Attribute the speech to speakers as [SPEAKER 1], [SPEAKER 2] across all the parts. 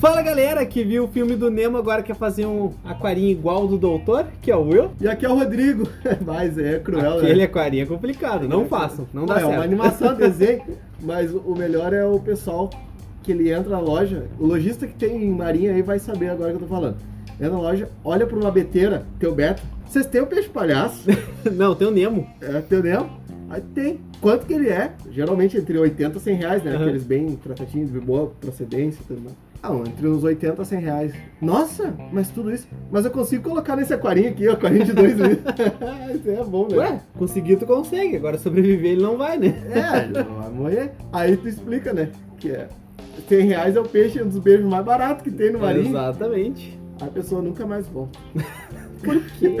[SPEAKER 1] Fala galera que viu o filme do Nemo agora quer fazer um aquarinho igual ao do Doutor, que é o Will.
[SPEAKER 2] E aqui é o Rodrigo. Mas é cruel,
[SPEAKER 1] Aquele
[SPEAKER 2] né?
[SPEAKER 1] aquarinho é complicado, não façam, não dá
[SPEAKER 2] é uma
[SPEAKER 1] certo.
[SPEAKER 2] animação, desenho, mas o melhor é o pessoal que ele entra na loja. O lojista que tem em Marinha aí vai saber agora que eu tô falando. Entra na loja, olha pra uma beteira, teu Beto. Vocês têm o peixe palhaço?
[SPEAKER 1] Não, tem o Nemo.
[SPEAKER 2] É, teu Nemo? Aí tem. Quanto que ele é? Geralmente entre 80 e 100 reais, né?
[SPEAKER 1] Aham.
[SPEAKER 2] Aqueles bem tratadinhos, de boa procedência e tudo mais. Ah, entre uns 80 a 100 reais. Nossa, mas tudo isso. Mas eu consigo colocar nesse aquarinho aqui, ó, aquarinho de 2 litros. isso aí é bom, né?
[SPEAKER 1] Ué, conseguir tu consegue, agora sobreviver ele não vai, né?
[SPEAKER 2] É, não, amor, é. Aí tu explica, né? Que é. 100 reais é o peixe, um dos beijos mais baratos que tem no É, marinho.
[SPEAKER 1] Exatamente.
[SPEAKER 2] A pessoa nunca mais volta. Por quê?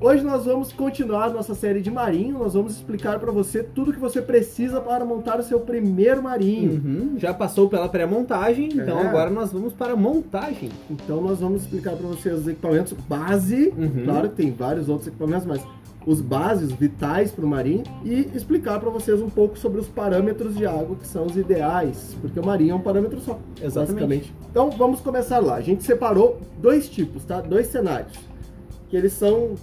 [SPEAKER 2] Hoje nós vamos continuar nossa série de marinho. Nós vamos explicar pra você tudo que você precisa para montar o seu primeiro marinho.
[SPEAKER 1] Uhum, já passou pela pré-montagem, então
[SPEAKER 2] É.
[SPEAKER 1] agora nós vamos para a montagem.
[SPEAKER 2] Então nós vamos explicar pra você os equipamentos base.
[SPEAKER 1] Uhum.
[SPEAKER 2] Claro que tem vários outros equipamentos, mas os bases vitais para o marinho e explicar pra vocês um pouco sobre os parâmetros de água que são os ideais, porque o marinho é um parâmetro só.
[SPEAKER 1] Exatamente.
[SPEAKER 2] basicamente. Então vamos começar lá. A gente separou dois tipos, tá? Dois cenários. Que eles são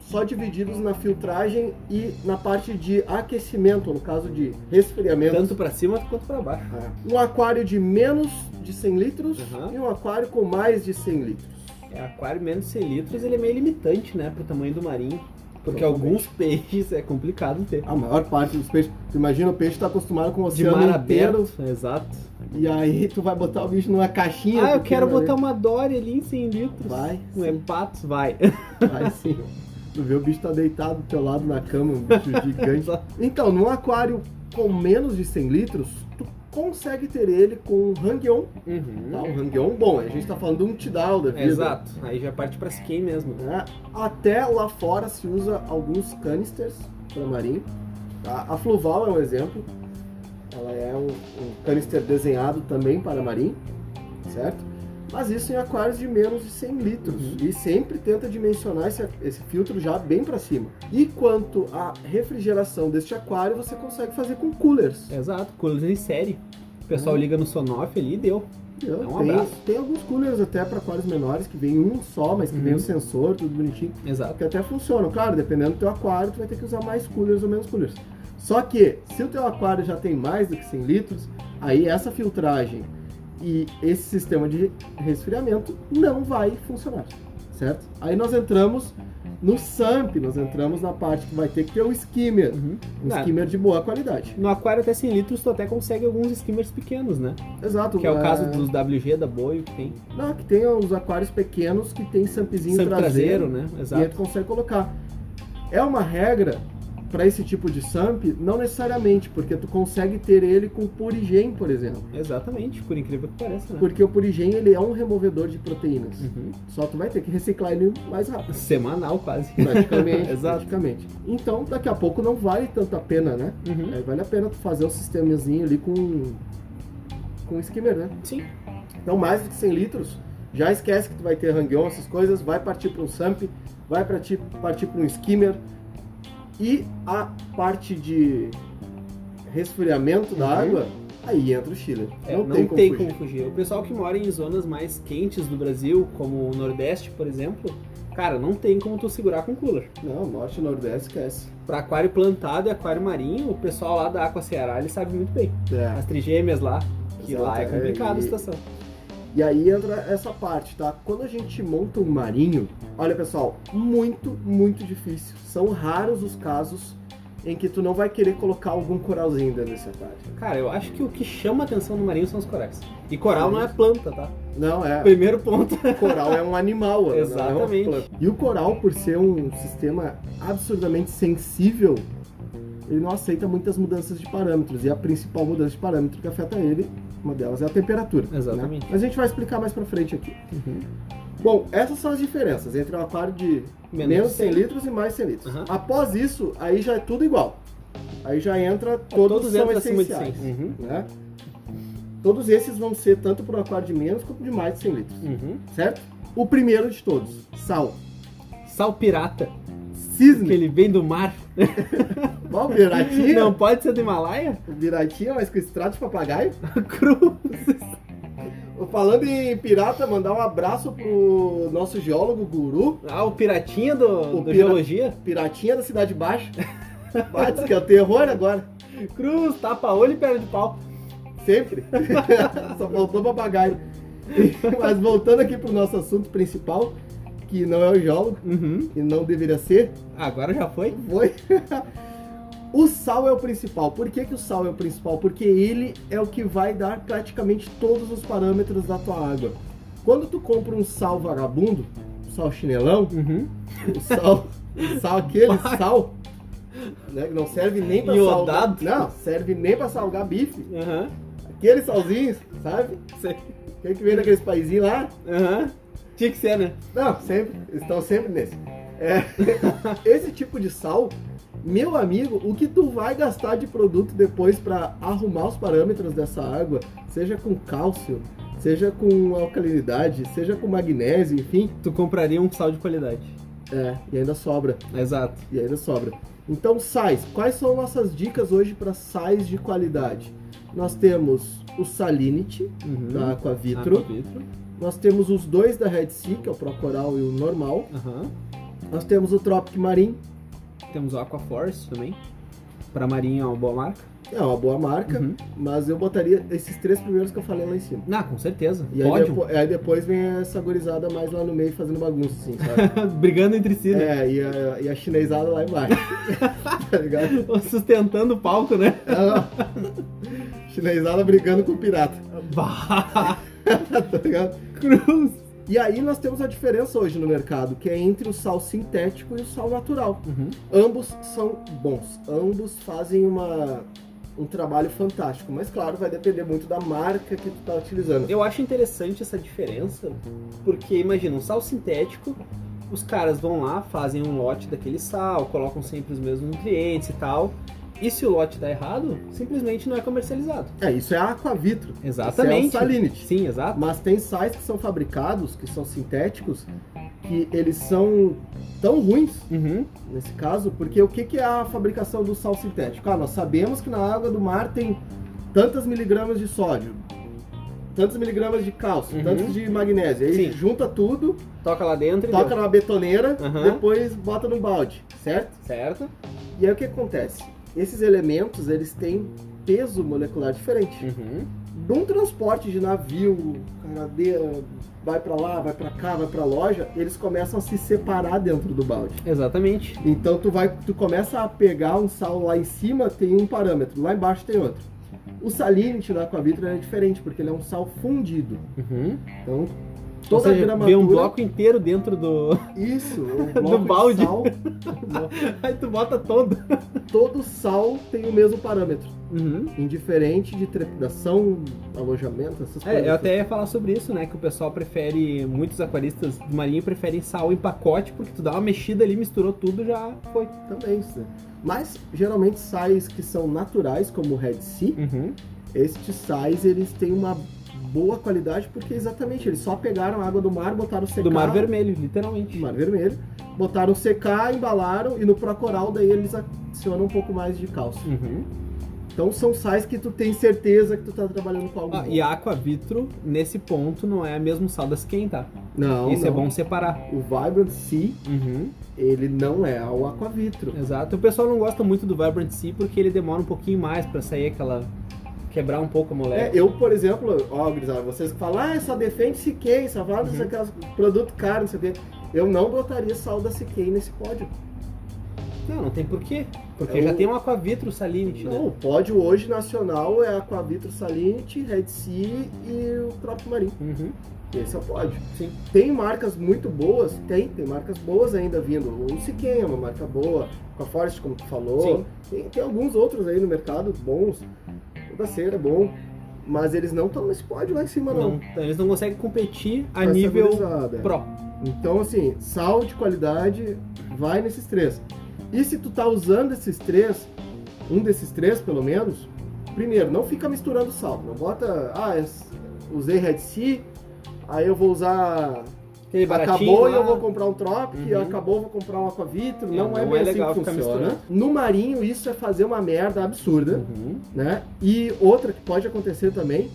[SPEAKER 2] só divididos na filtragem e na parte de aquecimento, no caso de resfriamento.
[SPEAKER 1] Tanto para cima quanto para baixo.
[SPEAKER 2] Um aquário de menos de 100 litros
[SPEAKER 1] Aham.
[SPEAKER 2] e um aquário com mais de 100 litros.
[SPEAKER 1] É, aquário menos 100 litros, ele é meio limitante, né, pro tamanho do marinho. Porque
[SPEAKER 2] Totalmente.
[SPEAKER 1] alguns peixes é complicado ter.
[SPEAKER 2] A maior parte dos peixes, tu imagina o peixe tá acostumado com o
[SPEAKER 1] De
[SPEAKER 2] oceano
[SPEAKER 1] mar
[SPEAKER 2] inteiro
[SPEAKER 1] aberto, exato.
[SPEAKER 2] e aí tu vai botar o bicho numa caixinha.
[SPEAKER 1] Ah, eu
[SPEAKER 2] pequena
[SPEAKER 1] quero
[SPEAKER 2] ali.
[SPEAKER 1] botar uma Dory ali em 100 litros.
[SPEAKER 2] é- Vai,
[SPEAKER 1] Um
[SPEAKER 2] sim. Uhum.
[SPEAKER 1] empatos, vai.
[SPEAKER 2] Vai sim. Tu vê o bicho tá deitado do teu lado na cama, um bicho gigante. Então, num aquário com menos de 100 litros, tu consegue ter ele com um Hang-On. Tá?
[SPEAKER 1] Uhum.
[SPEAKER 2] Um Hang-On bom, a gente tá falando de um Tidal da vida.
[SPEAKER 1] Exato. Aí já parte pra skin mesmo.
[SPEAKER 2] né? Até lá fora se usa alguns canisters para marinho. tá? A Fluval é um exemplo. Ela é um, um canister desenhado também para marinho, certo? Mas isso em aquários de menos de 100 litros.
[SPEAKER 1] Uhum.
[SPEAKER 2] E sempre tenta dimensionar esse, esse filtro já bem para cima. E quanto à refrigeração deste aquário, você consegue fazer com coolers.
[SPEAKER 1] Exato, coolers em série. O pessoal
[SPEAKER 2] Hum.
[SPEAKER 1] liga no Sonoff ali e deu.
[SPEAKER 2] Entendeu?
[SPEAKER 1] É um
[SPEAKER 2] tem,
[SPEAKER 1] abraço.
[SPEAKER 2] tem alguns coolers até para aquários menores, que vem um só, mas que vem
[SPEAKER 1] Uhum.
[SPEAKER 2] o sensor, tudo bonitinho.
[SPEAKER 1] Exato.
[SPEAKER 2] que até funcionam. Claro, dependendo do teu aquário, tu vai ter que usar mais coolers ou menos coolers. Só que, se o teu aquário já tem mais do que 100 litros, aí essa filtragem e esse sistema de resfriamento não vai funcionar, certo? Aí nós entramos no SAMP, nós entramos na parte que vai ter que ter um skimmer,
[SPEAKER 1] Uhum.
[SPEAKER 2] um
[SPEAKER 1] Ah,
[SPEAKER 2] skimmer de boa qualidade.
[SPEAKER 1] No aquário até 100 litros tu até consegue alguns skimmers pequenos, né?
[SPEAKER 2] Exato.
[SPEAKER 1] Que é o caso dos WG da Boio que tem.
[SPEAKER 2] Não, que tem os aquários pequenos que tem SAMPzinho
[SPEAKER 1] Sempre
[SPEAKER 2] traseiro
[SPEAKER 1] traseiro, né?
[SPEAKER 2] E
[SPEAKER 1] Exato.
[SPEAKER 2] aí tu consegue colocar. É uma regra para esse tipo de SAMP? Não necessariamente, porque tu consegue ter ele com purigen, por exemplo.
[SPEAKER 1] Exatamente, por incrível que pareça, né?
[SPEAKER 2] Porque o purigen ele é um removedor de proteínas.
[SPEAKER 1] Uhum.
[SPEAKER 2] Só tu vai ter que reciclar ele mais rápido.
[SPEAKER 1] Semanal quase.
[SPEAKER 2] Praticamente,
[SPEAKER 1] Exato.
[SPEAKER 2] praticamente. Então, daqui a pouco não vale tanto a pena, né?
[SPEAKER 1] Uhum.
[SPEAKER 2] Aí vale a pena tu fazer um sistemazinho ali com com skimmer, né?
[SPEAKER 1] Sim.
[SPEAKER 2] Então, mais do que 100 litros, já esquece que tu vai ter hang-on, essas coisas, vai partir para um SAMP, vai partir, partir para um skimmer. E a parte de resfriamento da
[SPEAKER 1] Uhum.
[SPEAKER 2] água, aí entra o chiller.
[SPEAKER 1] É,
[SPEAKER 2] não,
[SPEAKER 1] não,
[SPEAKER 2] tem como fugir.
[SPEAKER 1] O pessoal que mora em zonas mais quentes do Brasil, como o Nordeste, por exemplo, cara, não tem como tu segurar com cooler.
[SPEAKER 2] Não, norte e nordeste esquece.
[SPEAKER 1] Pra aquário plantado e aquário marinho, o pessoal lá da Aqua Ceará, ele sabe muito bem.
[SPEAKER 2] É.
[SPEAKER 1] As trigêmeas lá, que
[SPEAKER 2] Exato,
[SPEAKER 1] lá é
[SPEAKER 2] é,
[SPEAKER 1] complicado a
[SPEAKER 2] e-
[SPEAKER 1] situação.
[SPEAKER 2] E aí entra essa parte, tá? Quando a gente monta um marinho, olha pessoal, muito, muito difícil. São raros os casos em que tu não vai querer colocar algum coralzinho dentro desse aquário.
[SPEAKER 1] Cara, eu acho que o que chama a atenção do marinho são os corais. E coral não é planta, tá?
[SPEAKER 2] Não, é.
[SPEAKER 1] Primeiro ponto.
[SPEAKER 2] coral é um animal, né?
[SPEAKER 1] Exatamente.
[SPEAKER 2] Não é uma planta. E o coral, por ser um sistema absurdamente sensível, ele não aceita muitas mudanças de parâmetros. E a principal mudança de parâmetro que afeta ele, uma delas é a temperatura. né?
[SPEAKER 1] Exatamente. Uhum.
[SPEAKER 2] Mas a gente vai explicar mais pra frente aqui. Bom, essas são as diferenças entre um aquário de
[SPEAKER 1] Menos Uhum.
[SPEAKER 2] menos
[SPEAKER 1] de
[SPEAKER 2] 100 litros e mais 100 litros.
[SPEAKER 1] Aham.
[SPEAKER 2] Após isso, aí já é tudo igual. Aí já entra todos,
[SPEAKER 1] Todos
[SPEAKER 2] são
[SPEAKER 1] entram acima de 100.
[SPEAKER 2] essenciais,
[SPEAKER 1] Uhum.
[SPEAKER 2] né? Todos esses vão ser tanto para um aquário de menos quanto de mais de 100 litros
[SPEAKER 1] Uhum.
[SPEAKER 2] certo? O primeiro de todos, sal.
[SPEAKER 1] Sal pirata, que
[SPEAKER 2] Cisne.
[SPEAKER 1] ele vem do mar.
[SPEAKER 2] Ó, o piratinha.
[SPEAKER 1] Não pode ser do Himalaia?
[SPEAKER 2] é O piratinha, mas com extrato de papagaio.
[SPEAKER 1] Cru.
[SPEAKER 2] O falando em pirata, mandar um abraço pro nosso geólogo guru,
[SPEAKER 1] Ah, o piratinha do,
[SPEAKER 2] O
[SPEAKER 1] do
[SPEAKER 2] pira-
[SPEAKER 1] Biologia?
[SPEAKER 2] piratinha da Cidade Baixa. Bates, que é o terror agora.
[SPEAKER 1] Cruz, tapa olho e perna de pau.
[SPEAKER 2] Sempre. Só faltou papagaio. Mas voltando aqui pro nosso assunto principal, que não é o geólogo,
[SPEAKER 1] Uhum.
[SPEAKER 2] e não deveria ser,
[SPEAKER 1] Agora já foi?
[SPEAKER 2] Foi. O sal é o principal. Por que, que o sal é o principal? Porque ele é o que vai dar praticamente todos os parâmetros da tua água. Quando tu compra um sal vagabundo, um sal chinelão,
[SPEAKER 1] Uhum.
[SPEAKER 2] um sal, um sal aquele sal, né, que não serve nem pra salgar,
[SPEAKER 1] Iodado.
[SPEAKER 2] não serve nem para salgar bife.
[SPEAKER 1] Aham.
[SPEAKER 2] Aqueles salzinhos, sabe?
[SPEAKER 1] Sei.
[SPEAKER 2] Tem que vem daqueles paizinhos lá,
[SPEAKER 1] Aham. Tinha que ser, né?
[SPEAKER 2] Não, sempre. Estão sempre nesse. É, esse tipo de sal, meu amigo, o que tu vai gastar de produto depois para arrumar os parâmetros dessa água, seja com cálcio, seja com alcalinidade, seja com magnésio, enfim,
[SPEAKER 1] Tu compraria um sal de qualidade.
[SPEAKER 2] é, e ainda sobra,
[SPEAKER 1] Exato.
[SPEAKER 2] e ainda sobra. Então, sais, quais são nossas dicas hoje para sais de qualidade? Nós temos o Salinity
[SPEAKER 1] Uhum.
[SPEAKER 2] da Aquavitro,
[SPEAKER 1] Ah, com vitro.
[SPEAKER 2] nós temos os dois da Red Sea, que é o Procoral e o normal,
[SPEAKER 1] Aham.
[SPEAKER 2] nós temos o Tropic Marine,
[SPEAKER 1] Temos o Aquaforce também. Pra Marinha é uma boa marca.
[SPEAKER 2] É uma boa marca,
[SPEAKER 1] Uhum.
[SPEAKER 2] mas eu botaria esses três primeiros que eu falei lá em cima.
[SPEAKER 1] Ah, com certeza.
[SPEAKER 2] E aí,
[SPEAKER 1] Pódio.
[SPEAKER 2] depo- aí depois vem essa gurizada mais lá no meio fazendo bagunça, assim,
[SPEAKER 1] Né?
[SPEAKER 2] sabe?
[SPEAKER 1] Brigando entre si, né?
[SPEAKER 2] é, e a, e a chinesada lá embaixo. tá ligado?
[SPEAKER 1] É. Sustentando o palco, né?
[SPEAKER 2] Ah, chinesada brigando com o pirata.
[SPEAKER 1] Bah,
[SPEAKER 2] tá ligado?
[SPEAKER 1] Cruz.
[SPEAKER 2] E aí nós temos a diferença hoje no mercado, que é entre o sal sintético e o sal natural.
[SPEAKER 1] Uhum.
[SPEAKER 2] Ambos são bons, ambos fazem uma, um trabalho fantástico, mas claro, vai depender muito da marca que tu tá utilizando.
[SPEAKER 1] Eu acho interessante essa diferença, porque imagina, um sal sintético, os caras vão lá, fazem um lote daquele sal, colocam sempre os mesmos nutrientes e tal. E se o lote tá errado, simplesmente não é comercializado.
[SPEAKER 2] É, isso é a Aquavitro.
[SPEAKER 1] Exatamente.
[SPEAKER 2] Esse é o Salinity.
[SPEAKER 1] Sim, exato.
[SPEAKER 2] Mas tem sais que são fabricados, que são sintéticos, que eles são tão ruins,
[SPEAKER 1] Uhum.
[SPEAKER 2] nesse caso, porque o que, que é a fabricação do sal sintético? Ah, nós sabemos que na água do mar tem tantas miligramas de sódio, tantos miligramas de cálcio,
[SPEAKER 1] Uhum.
[SPEAKER 2] tantos de magnésio. Aí
[SPEAKER 1] Sim.
[SPEAKER 2] junta tudo,
[SPEAKER 1] Toca lá dentro e
[SPEAKER 2] toca
[SPEAKER 1] deu.
[SPEAKER 2] numa betoneira,
[SPEAKER 1] Uhum.
[SPEAKER 2] depois bota no balde, certo?
[SPEAKER 1] Certo?
[SPEAKER 2] E aí o que acontece? Esses elementos, eles têm peso molecular diferente
[SPEAKER 1] Uhum.
[SPEAKER 2] de um transporte de navio, canadeira, vai pra lá, vai pra cá, vai pra loja, eles começam a se separar dentro do balde.
[SPEAKER 1] Exatamente.
[SPEAKER 2] Então tu vai, tu começa a pegar um sal lá em cima, tem um parâmetro, lá embaixo tem outro. O salinity da Aquavitra é diferente, porque ele é um sal fundido.
[SPEAKER 1] Uhum.
[SPEAKER 2] Então,
[SPEAKER 1] Ou
[SPEAKER 2] toda a
[SPEAKER 1] seja,
[SPEAKER 2] gramatura...
[SPEAKER 1] vê um bloco inteiro dentro do.
[SPEAKER 2] Isso, um bloco de
[SPEAKER 1] balde.
[SPEAKER 2] sal,
[SPEAKER 1] Aí tu bota todo.
[SPEAKER 2] todo sal tem o mesmo parâmetro.
[SPEAKER 1] Uhum.
[SPEAKER 2] Indiferente de trepidação, alojamento, essas coisas.
[SPEAKER 1] É, eu até ia falar sobre isso, né? Que o pessoal prefere, muitos aquaristas do marinho preferem sal em pacote, porque tu dá uma mexida ali, misturou tudo, já foi.
[SPEAKER 2] Também, isso. né? Mas geralmente sais que são naturais, como o Red Sea,
[SPEAKER 1] Uhum.
[SPEAKER 2] estes sais eles têm uma boa qualidade porque exatamente eles só pegaram a água do mar, botaram secar.
[SPEAKER 1] Do mar vermelho, literalmente.
[SPEAKER 2] do mar vermelho, botaram secar, embalaram e no Procoral daí eles adicionam um pouco mais de cálcio.
[SPEAKER 1] Uhum.
[SPEAKER 2] Então são sais que tu tem certeza que tu tá trabalhando com algo.
[SPEAKER 1] Ah,
[SPEAKER 2] bom.
[SPEAKER 1] e a Aquavitro, nesse ponto, não é a mesma sal das Quem, tá?
[SPEAKER 2] Não,
[SPEAKER 1] isso é
[SPEAKER 2] não.
[SPEAKER 1] bom separar.
[SPEAKER 2] O Vibrant Sea,
[SPEAKER 1] Uhum.
[SPEAKER 2] ele não é o Aquavitro.
[SPEAKER 1] Exato. O pessoal não gosta muito do Vibrant Sea porque ele demora um pouquinho mais pra sair aquela. quebrar um pouco a
[SPEAKER 2] É,
[SPEAKER 1] molécula.
[SPEAKER 2] eu, por exemplo, ó, gurizada, vocês que falam, ah, só defende Siquei, só fala
[SPEAKER 1] Uhum.
[SPEAKER 2] uhum. aquelas produto caro, não sei o quê. Eu não botaria sal da Siquei nesse pódio.
[SPEAKER 1] Não, não tem porquê. Porque
[SPEAKER 2] É
[SPEAKER 1] já
[SPEAKER 2] o-
[SPEAKER 1] tem um Aquavitro Salinity, né?
[SPEAKER 2] Não, o pódio hoje nacional é Aquavitro Salinity, Red Sea e o próprio Marinho.
[SPEAKER 1] Uhum.
[SPEAKER 2] Esse é o pódio.
[SPEAKER 1] Sim.
[SPEAKER 2] Tem marcas muito boas, tem, tem marcas boas ainda vindo. O Siquei é uma marca boa, com a Forest, como tu falou.
[SPEAKER 1] Sim.
[SPEAKER 2] Tem, tem alguns outros aí no mercado bons. O da Cera é bom. Mas eles não estão nesse pódio lá em cima, não.
[SPEAKER 1] Não, Então, eles não conseguem competir a
[SPEAKER 2] Com essa
[SPEAKER 1] nível
[SPEAKER 2] gurizada.
[SPEAKER 1] pro.
[SPEAKER 2] Então, assim, sal de qualidade vai nesses três. E se tu tá usando esses três, um desses três pelo menos, primeiro, não fica misturando sal. Não bota, ah, es- usei Red Sea, aí eu vou usar.
[SPEAKER 1] Aquele baratinho
[SPEAKER 2] acabou
[SPEAKER 1] lá,
[SPEAKER 2] e eu vou comprar um Tropic,
[SPEAKER 1] Uhum.
[SPEAKER 2] acabou eu vou comprar um Aquavitro.
[SPEAKER 1] É,
[SPEAKER 2] Não, é
[SPEAKER 1] não
[SPEAKER 2] bem
[SPEAKER 1] é
[SPEAKER 2] assim
[SPEAKER 1] legal
[SPEAKER 2] que
[SPEAKER 1] ficar
[SPEAKER 2] funciona.
[SPEAKER 1] misturando.
[SPEAKER 2] No marinho, isso é fazer uma merda absurda
[SPEAKER 1] Uhum.
[SPEAKER 2] né? E outra que pode acontecer também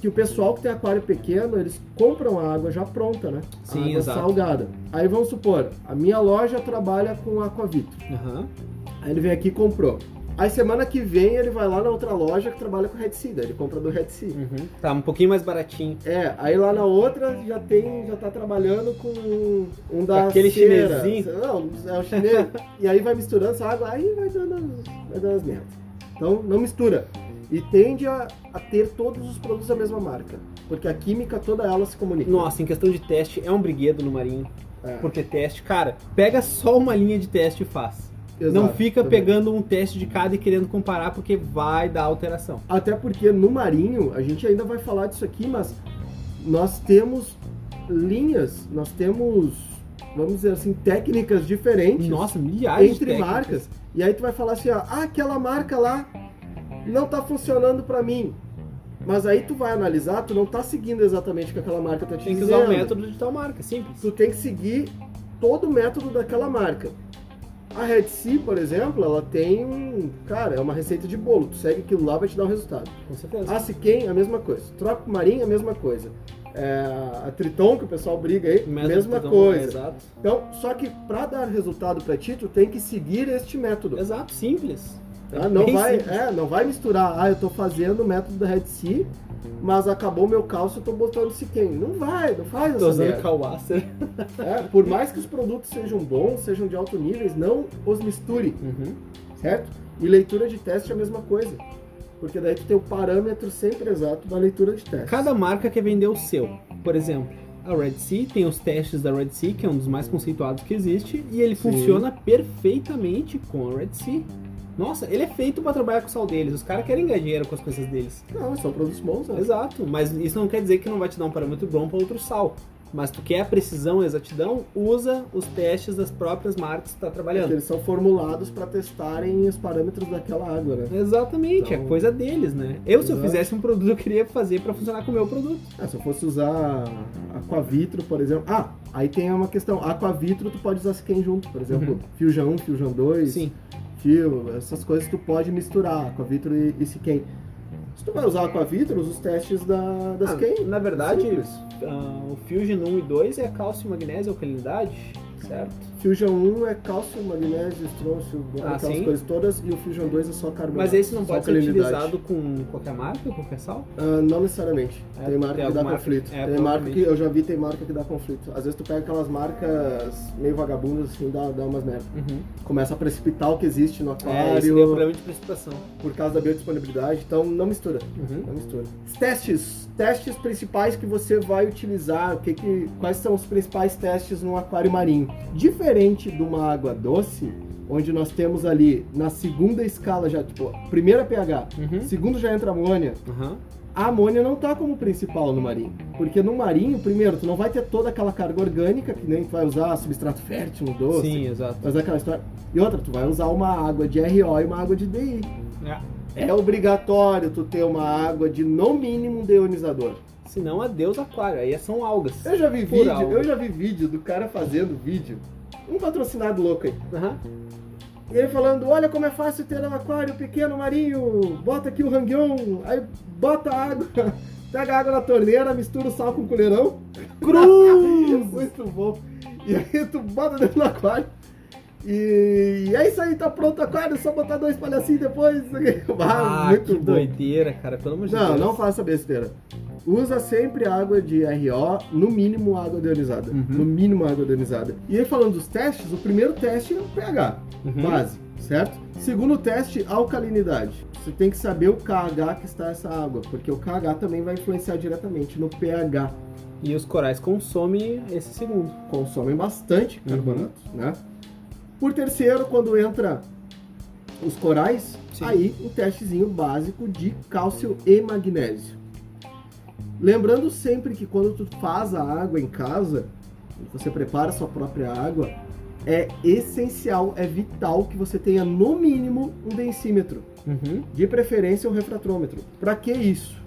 [SPEAKER 2] que o pessoal que tem aquário pequeno, eles compram a água já pronta, né? A
[SPEAKER 1] Sim,
[SPEAKER 2] água
[SPEAKER 1] exato.
[SPEAKER 2] salgada. Aí vamos supor, a minha loja trabalha com aquavito.
[SPEAKER 1] Aham.
[SPEAKER 2] Aí ele vem aqui e comprou. Aí semana que vem ele vai lá na outra loja que trabalha com Red Sea, daí ele compra do Red Sea.
[SPEAKER 1] Uhum. Tá um pouquinho mais baratinho.
[SPEAKER 2] É, aí lá na outra já tem, já tá trabalhando com um da
[SPEAKER 1] Aquele
[SPEAKER 2] cera.
[SPEAKER 1] chinesinho.
[SPEAKER 2] Não, é o chinês. e aí vai misturando essa água, aí vai dando, as- vai dando as merdas. Então não mistura. E tende a, a ter todos os produtos da mesma marca. Porque a química toda ela se comunica.
[SPEAKER 1] Nossa, em questão de teste, é um briguedo no marinho.
[SPEAKER 2] É,
[SPEAKER 1] Porque teste, cara, pega só uma linha de teste e faz.
[SPEAKER 2] exato,
[SPEAKER 1] Não fica
[SPEAKER 2] também.
[SPEAKER 1] pegando um teste de cada e querendo comparar, porque vai dar alteração.
[SPEAKER 2] Até porque no Marinho, a gente ainda vai falar disso aqui, mas nós temos linhas, nós temos, vamos dizer assim, técnicas diferentes
[SPEAKER 1] Nossa, milhares de
[SPEAKER 2] entre
[SPEAKER 1] técnicas.
[SPEAKER 2] marcas. E aí tu vai falar assim, ó, ah, aquela marca lá não tá funcionando pra mim. Mas aí tu vai analisar, tu não tá seguindo exatamente o que aquela marca tá te
[SPEAKER 1] Tem que
[SPEAKER 2] dizendo.
[SPEAKER 1] usar o método de tal marca, simples.
[SPEAKER 2] Tu tem que seguir todo o método daquela marca. A Red Sea, por exemplo, ela tem um. Cara, é uma receita de bolo. Tu segue aquilo lá, vai te dar um resultado.
[SPEAKER 1] Com certeza.
[SPEAKER 2] A Siquem, a mesma coisa. Trópico Marinho, a mesma coisa. É, a Triton, que o pessoal briga aí,
[SPEAKER 1] Método
[SPEAKER 2] Ah, mesma
[SPEAKER 1] de todo mundo,
[SPEAKER 2] coisa.
[SPEAKER 1] Exato.
[SPEAKER 2] Então, só que para dar resultado para ti, tu tem que seguir este método.
[SPEAKER 1] Exato, simples.
[SPEAKER 2] tá? Não,
[SPEAKER 1] Bem
[SPEAKER 2] vai,
[SPEAKER 1] simples.
[SPEAKER 2] é, não vai misturar, ah, eu tô fazendo o método da Red Sea, mas acabou meu calço, eu tô botando Siquem. Não vai, não faz
[SPEAKER 1] Tô
[SPEAKER 2] essa
[SPEAKER 1] usando
[SPEAKER 2] merda.
[SPEAKER 1] Kawaser.
[SPEAKER 2] É, Por mais que os produtos sejam bons, sejam de alto nível, não os misture
[SPEAKER 1] Uhum.
[SPEAKER 2] certo? E leitura de teste é a mesma coisa. Porque daí tu tem o parâmetro sempre exato da leitura de teste.
[SPEAKER 1] Cada marca quer vender o seu. Por exemplo, a Red Sea tem os testes da Red Sea, que é um dos mais conceituados que existe, e ele
[SPEAKER 2] Sim.
[SPEAKER 1] funciona perfeitamente com a Red Sea. Nossa, ele é feito pra trabalhar com o sal deles. Os caras querem ganhar dinheiro com as coisas deles.
[SPEAKER 2] Não, são produtos bons, né?
[SPEAKER 1] Exato, mas isso não quer dizer que não vai te dar um parâmetro bom para outro sal. Mas tu quer a precisão e a exatidão, usa os testes das próprias marcas que tu tá
[SPEAKER 2] Porque
[SPEAKER 1] trabalhando.
[SPEAKER 2] eles são formulados para testarem os parâmetros daquela água, né?
[SPEAKER 1] Exatamente,
[SPEAKER 2] Então-
[SPEAKER 1] é coisa deles, né? Eu, se eu
[SPEAKER 2] Exato.
[SPEAKER 1] fizesse um produto, eu queria fazer para funcionar com o meu produto.
[SPEAKER 2] Ah, se eu fosse usar Aquavitro, por exemplo. Ah, aí tem uma questão. Aquavitro tu pode usar Siquem junto, por exemplo.
[SPEAKER 1] Uhum.
[SPEAKER 2] Fusion 1, Fusion 2,
[SPEAKER 1] Sim,
[SPEAKER 2] Fio, essas coisas tu pode misturar, Aquavitro e, e Siquem. Se tu vai usar Aquavitro, usa os testes da, da
[SPEAKER 1] Ah,
[SPEAKER 2] Siquem.
[SPEAKER 1] na verdade,
[SPEAKER 2] é Simples.
[SPEAKER 1] ah, o Fusion 1 e 2 é cálcio, magnésio, alcalinidade, certo?
[SPEAKER 2] Fusion 1 é cálcio, magnésio, estrôncio,
[SPEAKER 1] Ah,
[SPEAKER 2] aquelas
[SPEAKER 1] sim.
[SPEAKER 2] coisas todas, e o Fusion 2 é só carbonato.
[SPEAKER 1] Mas esse não
[SPEAKER 2] só
[SPEAKER 1] pode ser
[SPEAKER 2] alcalinidade.
[SPEAKER 1] utilizado com qualquer marca, qualquer sal?
[SPEAKER 2] Ah, não necessariamente.
[SPEAKER 1] É,
[SPEAKER 2] tem marca
[SPEAKER 1] tem
[SPEAKER 2] que dá
[SPEAKER 1] alguma- é,
[SPEAKER 2] conflito. tem marca que
[SPEAKER 1] provavelmente.
[SPEAKER 2] eu já vi, tem marca que dá conflito. Às vezes tu pega aquelas marcas meio vagabundas, assim, dá, dá umas merda.
[SPEAKER 1] Uhum.
[SPEAKER 2] Começa a precipitar o que existe no aquário
[SPEAKER 1] É, isso daí é problema de precipitação.
[SPEAKER 2] por causa da biodisponibilidade, então não mistura.
[SPEAKER 1] Uhum.
[SPEAKER 2] Não mistura. Os Testes. Testes principais que você vai utilizar. O que que, quais são os principais testes num aquário marinho? Diferente de uma água doce, onde nós temos ali na segunda escala já, tipo, primeira pH,
[SPEAKER 1] Uhum.
[SPEAKER 2] segundo já entra amônia.
[SPEAKER 1] Aham.
[SPEAKER 2] A amônia não tá como principal no marinho. Porque no marinho, primeiro, tu não vai ter toda aquela carga orgânica, que nem tu vai usar substrato fértil no doce.
[SPEAKER 1] Sim, exato.
[SPEAKER 2] Mas é aquela história. E outra, tu vai usar uma água de RO e uma água de DI. É obrigatório tu ter uma água de no mínimo um deionizador.
[SPEAKER 1] Se não, adeus aquário. Aí é são algas.
[SPEAKER 2] Eu já vi
[SPEAKER 1] Por
[SPEAKER 2] vídeo,
[SPEAKER 1] algo.
[SPEAKER 2] eu já vi vídeo do cara fazendo vídeo. Um patrocinado louco aí.
[SPEAKER 1] Aham.
[SPEAKER 2] E ele falando, olha como é fácil ter um aquário pequeno marinho, bota aqui o ranguion, aí bota a água, pega a água na torneira, mistura o sal com o colherão.
[SPEAKER 1] Cruz!
[SPEAKER 2] Muito bom. E aí tu bota dentro do aquário. E, e é isso aí, tá pronto o aquário, só botar dois palhacinhos depois. Ah,
[SPEAKER 1] Ah,
[SPEAKER 2] muito
[SPEAKER 1] que
[SPEAKER 2] bom.
[SPEAKER 1] doideira, cara. Pelo amor de
[SPEAKER 2] Não,
[SPEAKER 1] Deus.
[SPEAKER 2] não faça besteira. Usa sempre água de RO, no mínimo água deionizada.
[SPEAKER 1] Uhum.
[SPEAKER 2] No mínimo água deionizada. E aí falando dos testes, o primeiro teste é o pH,
[SPEAKER 1] Uhum.
[SPEAKER 2] base, certo? Segundo teste, alcalinidade. Você tem que saber o KH que está essa água, porque o KH também vai influenciar diretamente no pH.
[SPEAKER 1] E os corais consomem esse segundo.
[SPEAKER 2] Consomem bastante carbonato, né? Por terceiro, quando entra os corais,
[SPEAKER 1] Sim.
[SPEAKER 2] aí o testezinho básico de cálcio e magnésio. Lembrando sempre que quando tu faz a água em casa, você prepara a sua própria água, é essencial, é vital que você tenha no mínimo um densímetro,
[SPEAKER 1] Uhum.
[SPEAKER 2] de preferência um refratrômetro. Para que isso?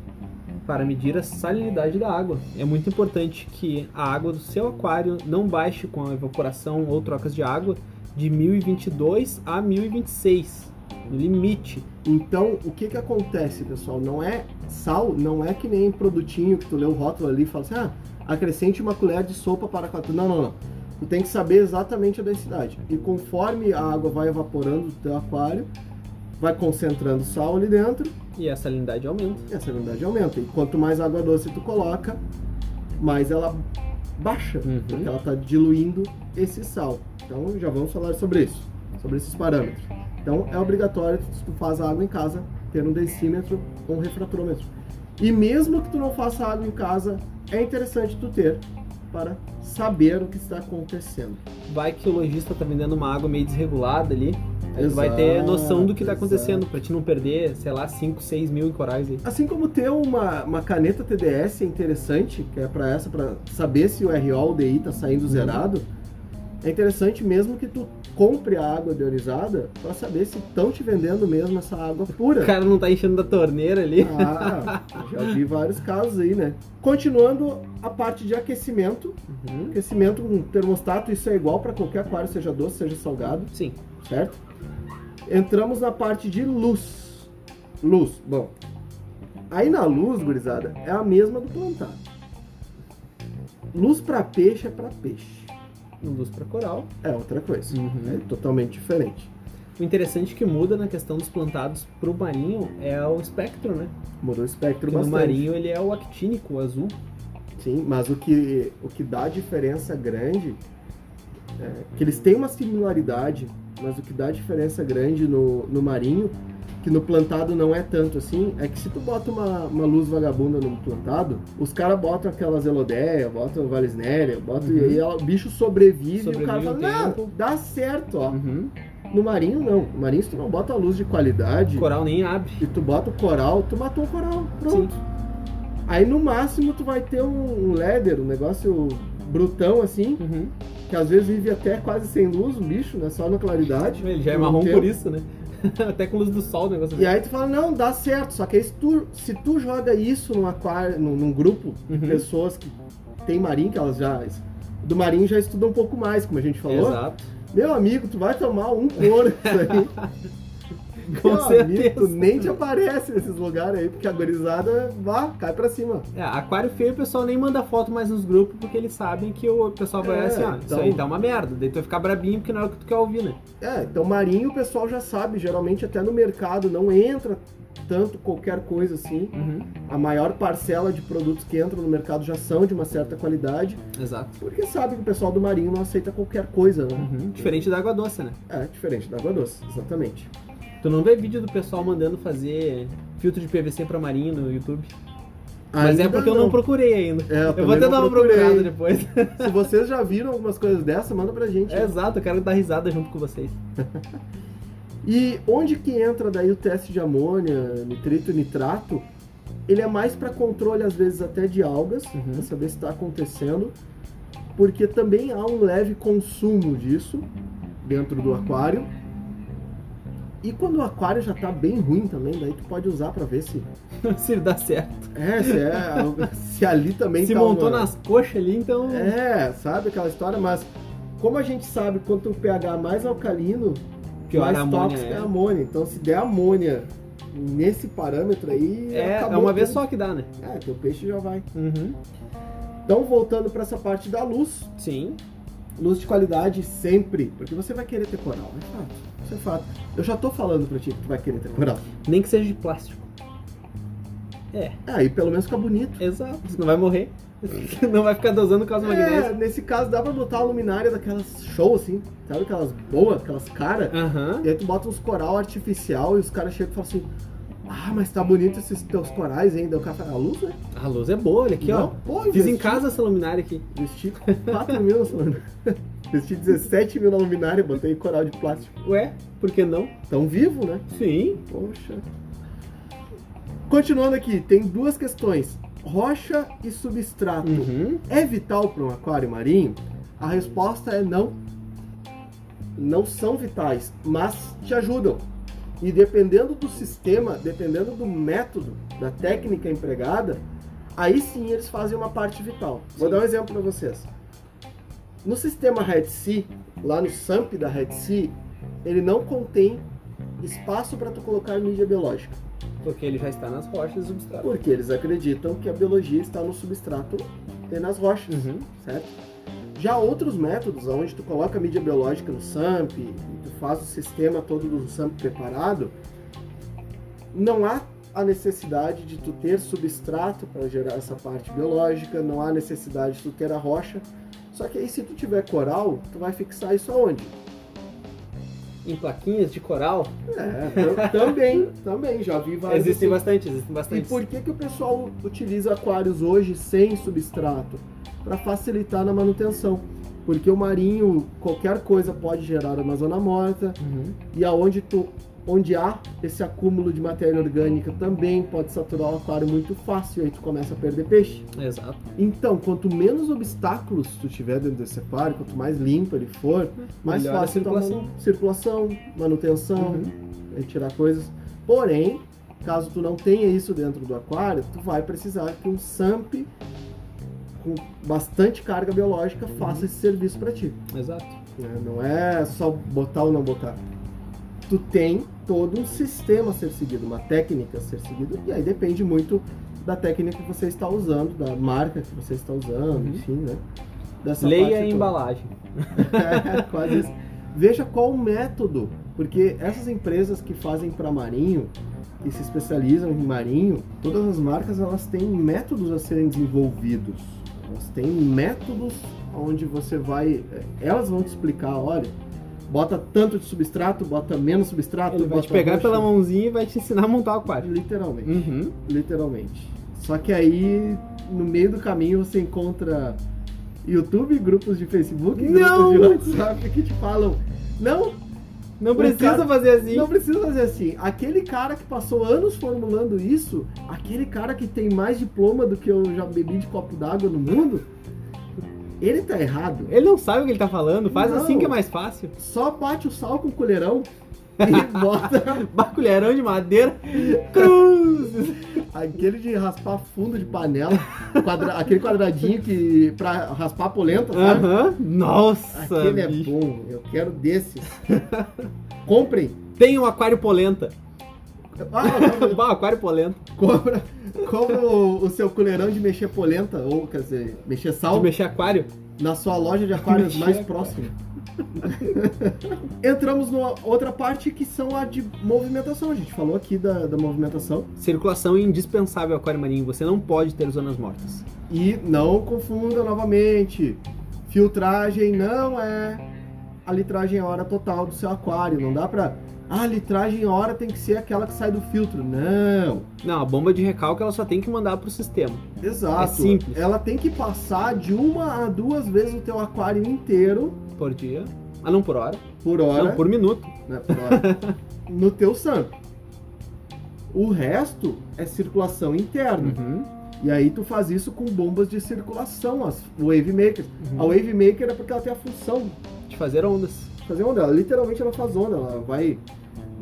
[SPEAKER 1] para medir a salinidade da água. É muito importante que a água do seu aquário não baixe com a evaporação ou trocas de água de 1022 a 1026. no limite.
[SPEAKER 2] Então, o que que acontece, pessoal? Não é sal, não é que nem produtinho que tu lê o rótulo ali e fala assim, ah, acrescente uma colher de sopa para quatro. Não, não, não. Tu tem que saber exatamente a densidade. E conforme a água vai evaporando do teu aquário, vai concentrando sal ali dentro
[SPEAKER 1] E a salinidade aumenta.
[SPEAKER 2] e a salinidade aumenta. E quanto mais água doce tu coloca, mais ela baixa, né?
[SPEAKER 1] Uhum.
[SPEAKER 2] porque ela está diluindo esse sal. Então já vamos falar sobre isso, sobre esses parâmetros. Então é obrigatório se tu faz a água em casa ter um densímetro ou um refratômetro. E mesmo que tu não faça água em casa, é interessante tu ter para saber o que está acontecendo.
[SPEAKER 1] Vai que o lojista tá vendendo uma água meio desregulada ali. Aí tu vai ter
[SPEAKER 2] Exato,
[SPEAKER 1] noção do que tá acontecendo,
[SPEAKER 2] exato.
[SPEAKER 1] pra te não perder, sei lá, 5, 6 mil em corais aí.
[SPEAKER 2] Assim como ter uma, uma caneta TDS é interessante, que é para essa, para saber se o RO ou DI tá saindo zerado, é interessante mesmo que tu compre a água deionizada para saber se estão te vendendo mesmo essa água
[SPEAKER 1] O
[SPEAKER 2] pura.
[SPEAKER 1] cara não tá enchendo da torneira ali.
[SPEAKER 2] Ah, já vi vários casos aí, né? Continuando a parte de aquecimento.
[SPEAKER 1] Uhum.
[SPEAKER 2] Aquecimento com termostato, isso é igual para qualquer aquário, seja doce, seja salgado
[SPEAKER 1] Sim.
[SPEAKER 2] certo? Entramos na parte de luz. Luz, bom. Aí na luz, gurizada, é a mesma do plantar. Luz para peixe é para peixe.
[SPEAKER 1] Luz pra coral.
[SPEAKER 2] É outra coisa.
[SPEAKER 1] Uhum.
[SPEAKER 2] É totalmente diferente.
[SPEAKER 1] O interessante que muda na questão dos plantados pro marinho é o espectro, né?
[SPEAKER 2] Mudou o espectro
[SPEAKER 1] Porque no
[SPEAKER 2] bastante.
[SPEAKER 1] marinho ele é o actínico, o azul.
[SPEAKER 2] Sim, mas o que, o que dá diferença grande é que eles têm uma similaridade, mas o que dá diferença grande no, no marinho, que no plantado não é tanto assim, é que se tu bota uma, uma luz vagabunda no plantado, os caras botam aquelas elodéia, botam valisnéria, botam e
[SPEAKER 1] Uhum.
[SPEAKER 2] aí ela- o bicho sobrevive, e o
[SPEAKER 1] Sobrevive
[SPEAKER 2] cara
[SPEAKER 1] um
[SPEAKER 2] fala, não,
[SPEAKER 1] tempo."
[SPEAKER 2] dá certo, ó.
[SPEAKER 1] Uhum.
[SPEAKER 2] No marinho não. No marinho se tu não bota a luz de qualidade,
[SPEAKER 1] O coral nem abre.
[SPEAKER 2] e tu bota o coral, tu matou o coral, pronto. Aí no máximo tu vai ter um, um leather, um negócio brutão assim,
[SPEAKER 1] Uhum.
[SPEAKER 2] que às vezes vive até quase sem luz, um bicho, né? Só na claridade.
[SPEAKER 1] Ele já é
[SPEAKER 2] Não
[SPEAKER 1] marrom
[SPEAKER 2] tem.
[SPEAKER 1] por isso, né? Até com luz do sol o negócio.
[SPEAKER 2] E aí tu fala, não, dá certo. Só que aí se tu, se tu joga isso num aquário, num, num grupo de
[SPEAKER 1] Uhum.
[SPEAKER 2] pessoas que tem marinho, que elas já. Do marinho já estuda um pouco mais, como a gente falou.
[SPEAKER 1] Exato.
[SPEAKER 2] Meu amigo, tu vai tomar um couro isso aí.
[SPEAKER 1] Com
[SPEAKER 2] Meu
[SPEAKER 1] certeza.
[SPEAKER 2] amigo, tu nem te aparece nesses lugares aí, porque a gorizada vá, cai pra cima.
[SPEAKER 1] É, aquário feio o pessoal nem manda foto mais nos grupos porque eles sabem que o pessoal vai
[SPEAKER 2] É,
[SPEAKER 1] assim, ó, isso
[SPEAKER 2] então-
[SPEAKER 1] aí tá uma merda. Daí tu vai ficar brabinho porque não é o que tu quer ouvir, né?
[SPEAKER 2] É, então marinho o pessoal já sabe, geralmente até no mercado não entra tanto qualquer coisa assim.
[SPEAKER 1] Uhum.
[SPEAKER 2] A maior parcela de produtos que entram no mercado já são de uma certa qualidade,
[SPEAKER 1] Exato.
[SPEAKER 2] porque sabe que o pessoal do marinho não aceita qualquer coisa, né?
[SPEAKER 1] Uhum. Diferente da água doce, né?
[SPEAKER 2] É, diferente da água doce, exatamente.
[SPEAKER 1] Tu não vê vídeo do pessoal mandando fazer filtro de PVC pra marinho no YouTube. Mas é
[SPEAKER 2] Ainda
[SPEAKER 1] porque eu não procurei ainda.
[SPEAKER 2] É, eu
[SPEAKER 1] eu
[SPEAKER 2] também
[SPEAKER 1] vou até
[SPEAKER 2] não
[SPEAKER 1] dar uma
[SPEAKER 2] procurei.
[SPEAKER 1] procurada depois.
[SPEAKER 2] Se vocês já viram algumas coisas dessa, manda pra gente.
[SPEAKER 1] É, exato, eu quero dar risada junto com vocês.
[SPEAKER 2] E onde que entra daí o teste de amônia, nitrito e nitrato? Ele é mais para controle, às vezes, até de algas,
[SPEAKER 1] Uhum.
[SPEAKER 2] para saber se está acontecendo, porque também há um leve consumo disso dentro do aquário. E quando o aquário já tá bem ruim também, daí tu pode usar para ver se
[SPEAKER 1] Se dá certo.
[SPEAKER 2] é, se, é algo- se ali também
[SPEAKER 1] Se
[SPEAKER 2] tá
[SPEAKER 1] montou
[SPEAKER 2] uma-
[SPEAKER 1] nas coxas ali, então.
[SPEAKER 2] É, sabe aquela história, mas como a gente sabe, quanto o pH mais alcalino,
[SPEAKER 1] Pior
[SPEAKER 2] mais
[SPEAKER 1] a amônia
[SPEAKER 2] tóxico é
[SPEAKER 1] é.
[SPEAKER 2] a amônia. Então, se der amônia nesse parâmetro aí,
[SPEAKER 1] É, é
[SPEAKER 2] acabou
[SPEAKER 1] uma vez
[SPEAKER 2] tudo.
[SPEAKER 1] só que dá, né?
[SPEAKER 2] É, teu peixe já vai.
[SPEAKER 1] Uhum.
[SPEAKER 2] Então, voltando para essa parte da luz,
[SPEAKER 1] Sim.
[SPEAKER 2] luz de qualidade sempre, porque você vai querer ter coral, é fato. Isso é fato. Eu já tô falando pra ti que tu vai querer ter coral.
[SPEAKER 1] Nem que seja de plástico.
[SPEAKER 2] É, aí pelo menos fica bonito.
[SPEAKER 1] Exato. Não vai morrer. Não vai ficar dosando com as
[SPEAKER 2] É,
[SPEAKER 1] magnésio.
[SPEAKER 2] nesse caso dá pra botar a luminária daquelas show assim, sabe aquelas boas, aquelas caras.
[SPEAKER 1] Aham.
[SPEAKER 2] E aí tu bota uns coral artificial e os caras chegam e falam assim: Ah, mas tá bonito esses teus corais ainda. O cara fala, a luz, né?
[SPEAKER 1] A luz é boa, olha aqui, ó.
[SPEAKER 2] Pô,
[SPEAKER 1] Fiz em
[SPEAKER 2] investi-
[SPEAKER 1] casa essa luminária aqui.
[SPEAKER 2] Investi 4 mil nessa luminária. Investi 17 mil na luminária, botei coral de plástico.
[SPEAKER 1] Ué, por que não?
[SPEAKER 2] Tão vivo, né?
[SPEAKER 1] Sim.
[SPEAKER 2] Poxa. Continuando aqui, tem duas questões: rocha e substrato.
[SPEAKER 1] Uhum.
[SPEAKER 2] É vital para um aquário marinho? A resposta é não. Não são vitais, mas te ajudam. E dependendo do sistema, dependendo do método, da técnica empregada, aí sim eles fazem uma parte vital. Vou
[SPEAKER 1] Sim.
[SPEAKER 2] dar um exemplo para vocês. No sistema Red Sea, lá no SAMP da Red Sea, ele não contém espaço para tu colocar mídia biológica.
[SPEAKER 1] Porque ele já está nas rochas e substrato.
[SPEAKER 2] Porque eles acreditam que a biologia está no substrato e nas rochas,
[SPEAKER 1] Uhum.
[SPEAKER 2] certo? Já outros métodos, onde tu coloca a mídia biológica no SAMP, e tu faz o sistema todo do SAMP preparado, não há a necessidade de tu ter substrato para gerar essa parte biológica, não há necessidade de tu ter a rocha. Só que aí se tu tiver coral, tu vai fixar isso aonde?
[SPEAKER 1] Em plaquinhas de coral,
[SPEAKER 2] É, tam- também, também, já vi vários.
[SPEAKER 1] existem
[SPEAKER 2] assim,
[SPEAKER 1] bastante, existem
[SPEAKER 2] E
[SPEAKER 1] bastante.
[SPEAKER 2] por que, que o pessoal utiliza aquários hoje sem substrato? Para facilitar na manutenção. Porque o marinho, qualquer coisa pode gerar uma zona morta,
[SPEAKER 1] Uhum.
[SPEAKER 2] e aonde tu, onde há esse acúmulo de matéria orgânica também pode saturar o aquário muito fácil, e aí tu começa a perder peixe.
[SPEAKER 1] Exato.
[SPEAKER 2] Então, quanto menos obstáculos tu tiver dentro desse aquário, quanto mais limpo ele for, mais
[SPEAKER 1] Melhora Uhum. a
[SPEAKER 2] fácil tua
[SPEAKER 1] circulação. Uhum.
[SPEAKER 2] manu- circulação, manutenção, retirar coisas. Porém, caso tu não tenha isso dentro do aquário, tu vai precisar que um SAMP com bastante carga biológica
[SPEAKER 1] Uhum.
[SPEAKER 2] faça esse serviço para ti.
[SPEAKER 1] Exato.
[SPEAKER 2] né? Não é só botar ou não botar. Tu tem todo um sistema a ser seguido, uma técnica a ser seguida, e aí depende muito da técnica que você está usando, da marca que você está usando,
[SPEAKER 1] Uhum.
[SPEAKER 2] enfim, né? Dessa
[SPEAKER 1] Leia
[SPEAKER 2] parte
[SPEAKER 1] a
[SPEAKER 2] toda.
[SPEAKER 1] embalagem.
[SPEAKER 2] É, quase isso. Veja qual o método, porque essas empresas que fazem para marinho, que se especializam em marinho, todas as marcas elas têm métodos a serem desenvolvidos. Elas têm métodos onde você vai, eh, elas vão te explicar, olha, bota tanto de substrato, bota menos substrato,
[SPEAKER 1] Ele vai
[SPEAKER 2] bota
[SPEAKER 1] te Ah, um pegar
[SPEAKER 2] roxo.
[SPEAKER 1] pela mãozinha e vai te ensinar a montar o aquário.
[SPEAKER 2] literalmente
[SPEAKER 1] Uhum.
[SPEAKER 2] literalmente. Só que aí, no meio do caminho, você encontra YouTube, grupos de Facebook,
[SPEAKER 1] Não!
[SPEAKER 2] grupos de WhatsApp que te falam. Não,
[SPEAKER 1] Não
[SPEAKER 2] O
[SPEAKER 1] precisa
[SPEAKER 2] cara-
[SPEAKER 1] fazer assim.
[SPEAKER 2] não precisa fazer assim. Aquele cara que passou anos formulando isso, aquele cara que tem mais diploma do que eu já bebi de copo d'água no mundo, ele tá errado.
[SPEAKER 1] Ele não sabe o que ele tá falando, faz
[SPEAKER 2] Não.
[SPEAKER 1] assim que é mais fácil.
[SPEAKER 2] Só bate o sal com o colherão e bota
[SPEAKER 1] Baculheirão de madeira, cruz!
[SPEAKER 2] aquele de raspar fundo de panela, quadra- aquele quadradinho que pra raspar a polenta, sabe?
[SPEAKER 1] Aham, nossa!
[SPEAKER 2] Aquele é
[SPEAKER 1] bicho.
[SPEAKER 2] bom, eu quero desses. Comprem.
[SPEAKER 1] Tem um aquário polenta.
[SPEAKER 2] Ah,
[SPEAKER 1] Bah, aquário polenta.
[SPEAKER 2] compra, compra o, o seu colherão de mexer polenta, ou quer dizer, mexer
[SPEAKER 1] De
[SPEAKER 2] sal,
[SPEAKER 1] mexer aquário?
[SPEAKER 2] na sua loja de aquários
[SPEAKER 1] Mexer
[SPEAKER 2] mais
[SPEAKER 1] aquário.
[SPEAKER 2] próxima. Entramos numa outra parte que são a de movimentação. A gente falou aqui da, da movimentação.
[SPEAKER 1] Circulação é indispensável ao aquário marinho. Você não pode ter zonas mortas.
[SPEAKER 2] E não confunda novamente. Filtragem não é a litragem a hora total do seu aquário. Não dá pra. Ah, a litragem a hora tem que ser aquela que sai do filtro. Não.
[SPEAKER 1] Não, a bomba de recalque ela só tem que mandar pro sistema.
[SPEAKER 2] Exato.
[SPEAKER 1] É simples.
[SPEAKER 2] Ela tem que passar de uma a duas vezes o teu aquário inteiro
[SPEAKER 1] Por dia. Ah, não por hora.
[SPEAKER 2] por hora.
[SPEAKER 1] Não, por minuto.
[SPEAKER 2] né, por hora, no teu SAMP. O resto é circulação interna.
[SPEAKER 1] Uhum.
[SPEAKER 2] E aí tu faz isso com bombas de circulação, as wave makers. A
[SPEAKER 1] Ao-
[SPEAKER 2] wave maker é porque ela tem a função
[SPEAKER 1] De fazer ondas.
[SPEAKER 2] fazer onda. Ela, literalmente ela faz onda, ela vai.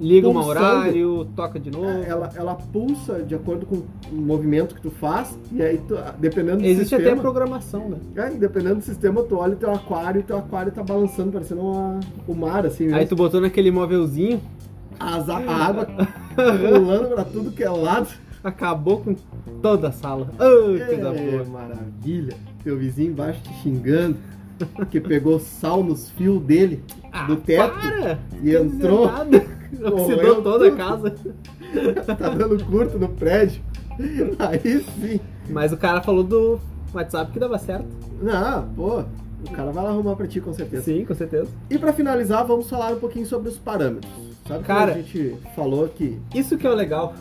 [SPEAKER 1] Liga um
[SPEAKER 2] Pulsando. É.
[SPEAKER 1] horário, toca de novo.
[SPEAKER 2] Ela, ela pulsa de acordo com o movimento que tu faz, e aí tu, ah, dependendo do
[SPEAKER 1] Existe até
[SPEAKER 2] sistema.
[SPEAKER 1] programação, né?
[SPEAKER 2] É, e dependendo do sistema, tu olha o teu aquário e teu aquário tá balançando, parecendo uma- o mar, assim mesmo.
[SPEAKER 1] Aí tu É. botou naquele móvelzinho,
[SPEAKER 2] As- a água pulando pra tudo que é lado.
[SPEAKER 1] acabou com toda a sala. Ai, coisa
[SPEAKER 2] É,
[SPEAKER 1] boa.
[SPEAKER 2] maravilha. Teu vizinho embaixo te xingando, que pegou sal nos fios dele
[SPEAKER 1] Ah,
[SPEAKER 2] do teto
[SPEAKER 1] para!
[SPEAKER 2] e
[SPEAKER 1] Tá
[SPEAKER 2] entrou.
[SPEAKER 1] desertado.
[SPEAKER 2] Corroeu
[SPEAKER 1] Oxidou toda a
[SPEAKER 2] tudo.
[SPEAKER 1] casa.
[SPEAKER 2] tá dando curto no prédio. Aí sim.
[SPEAKER 1] Mas o cara falou do WhatsApp que dava certo.
[SPEAKER 2] Não, pô, o cara vai lá arrumar pra ti com certeza.
[SPEAKER 1] Sim, com certeza.
[SPEAKER 2] E pra finalizar, vamos falar um pouquinho sobre os parâmetros. Sabe
[SPEAKER 1] Cara.
[SPEAKER 2] como a gente falou que
[SPEAKER 1] Isso que é o legal.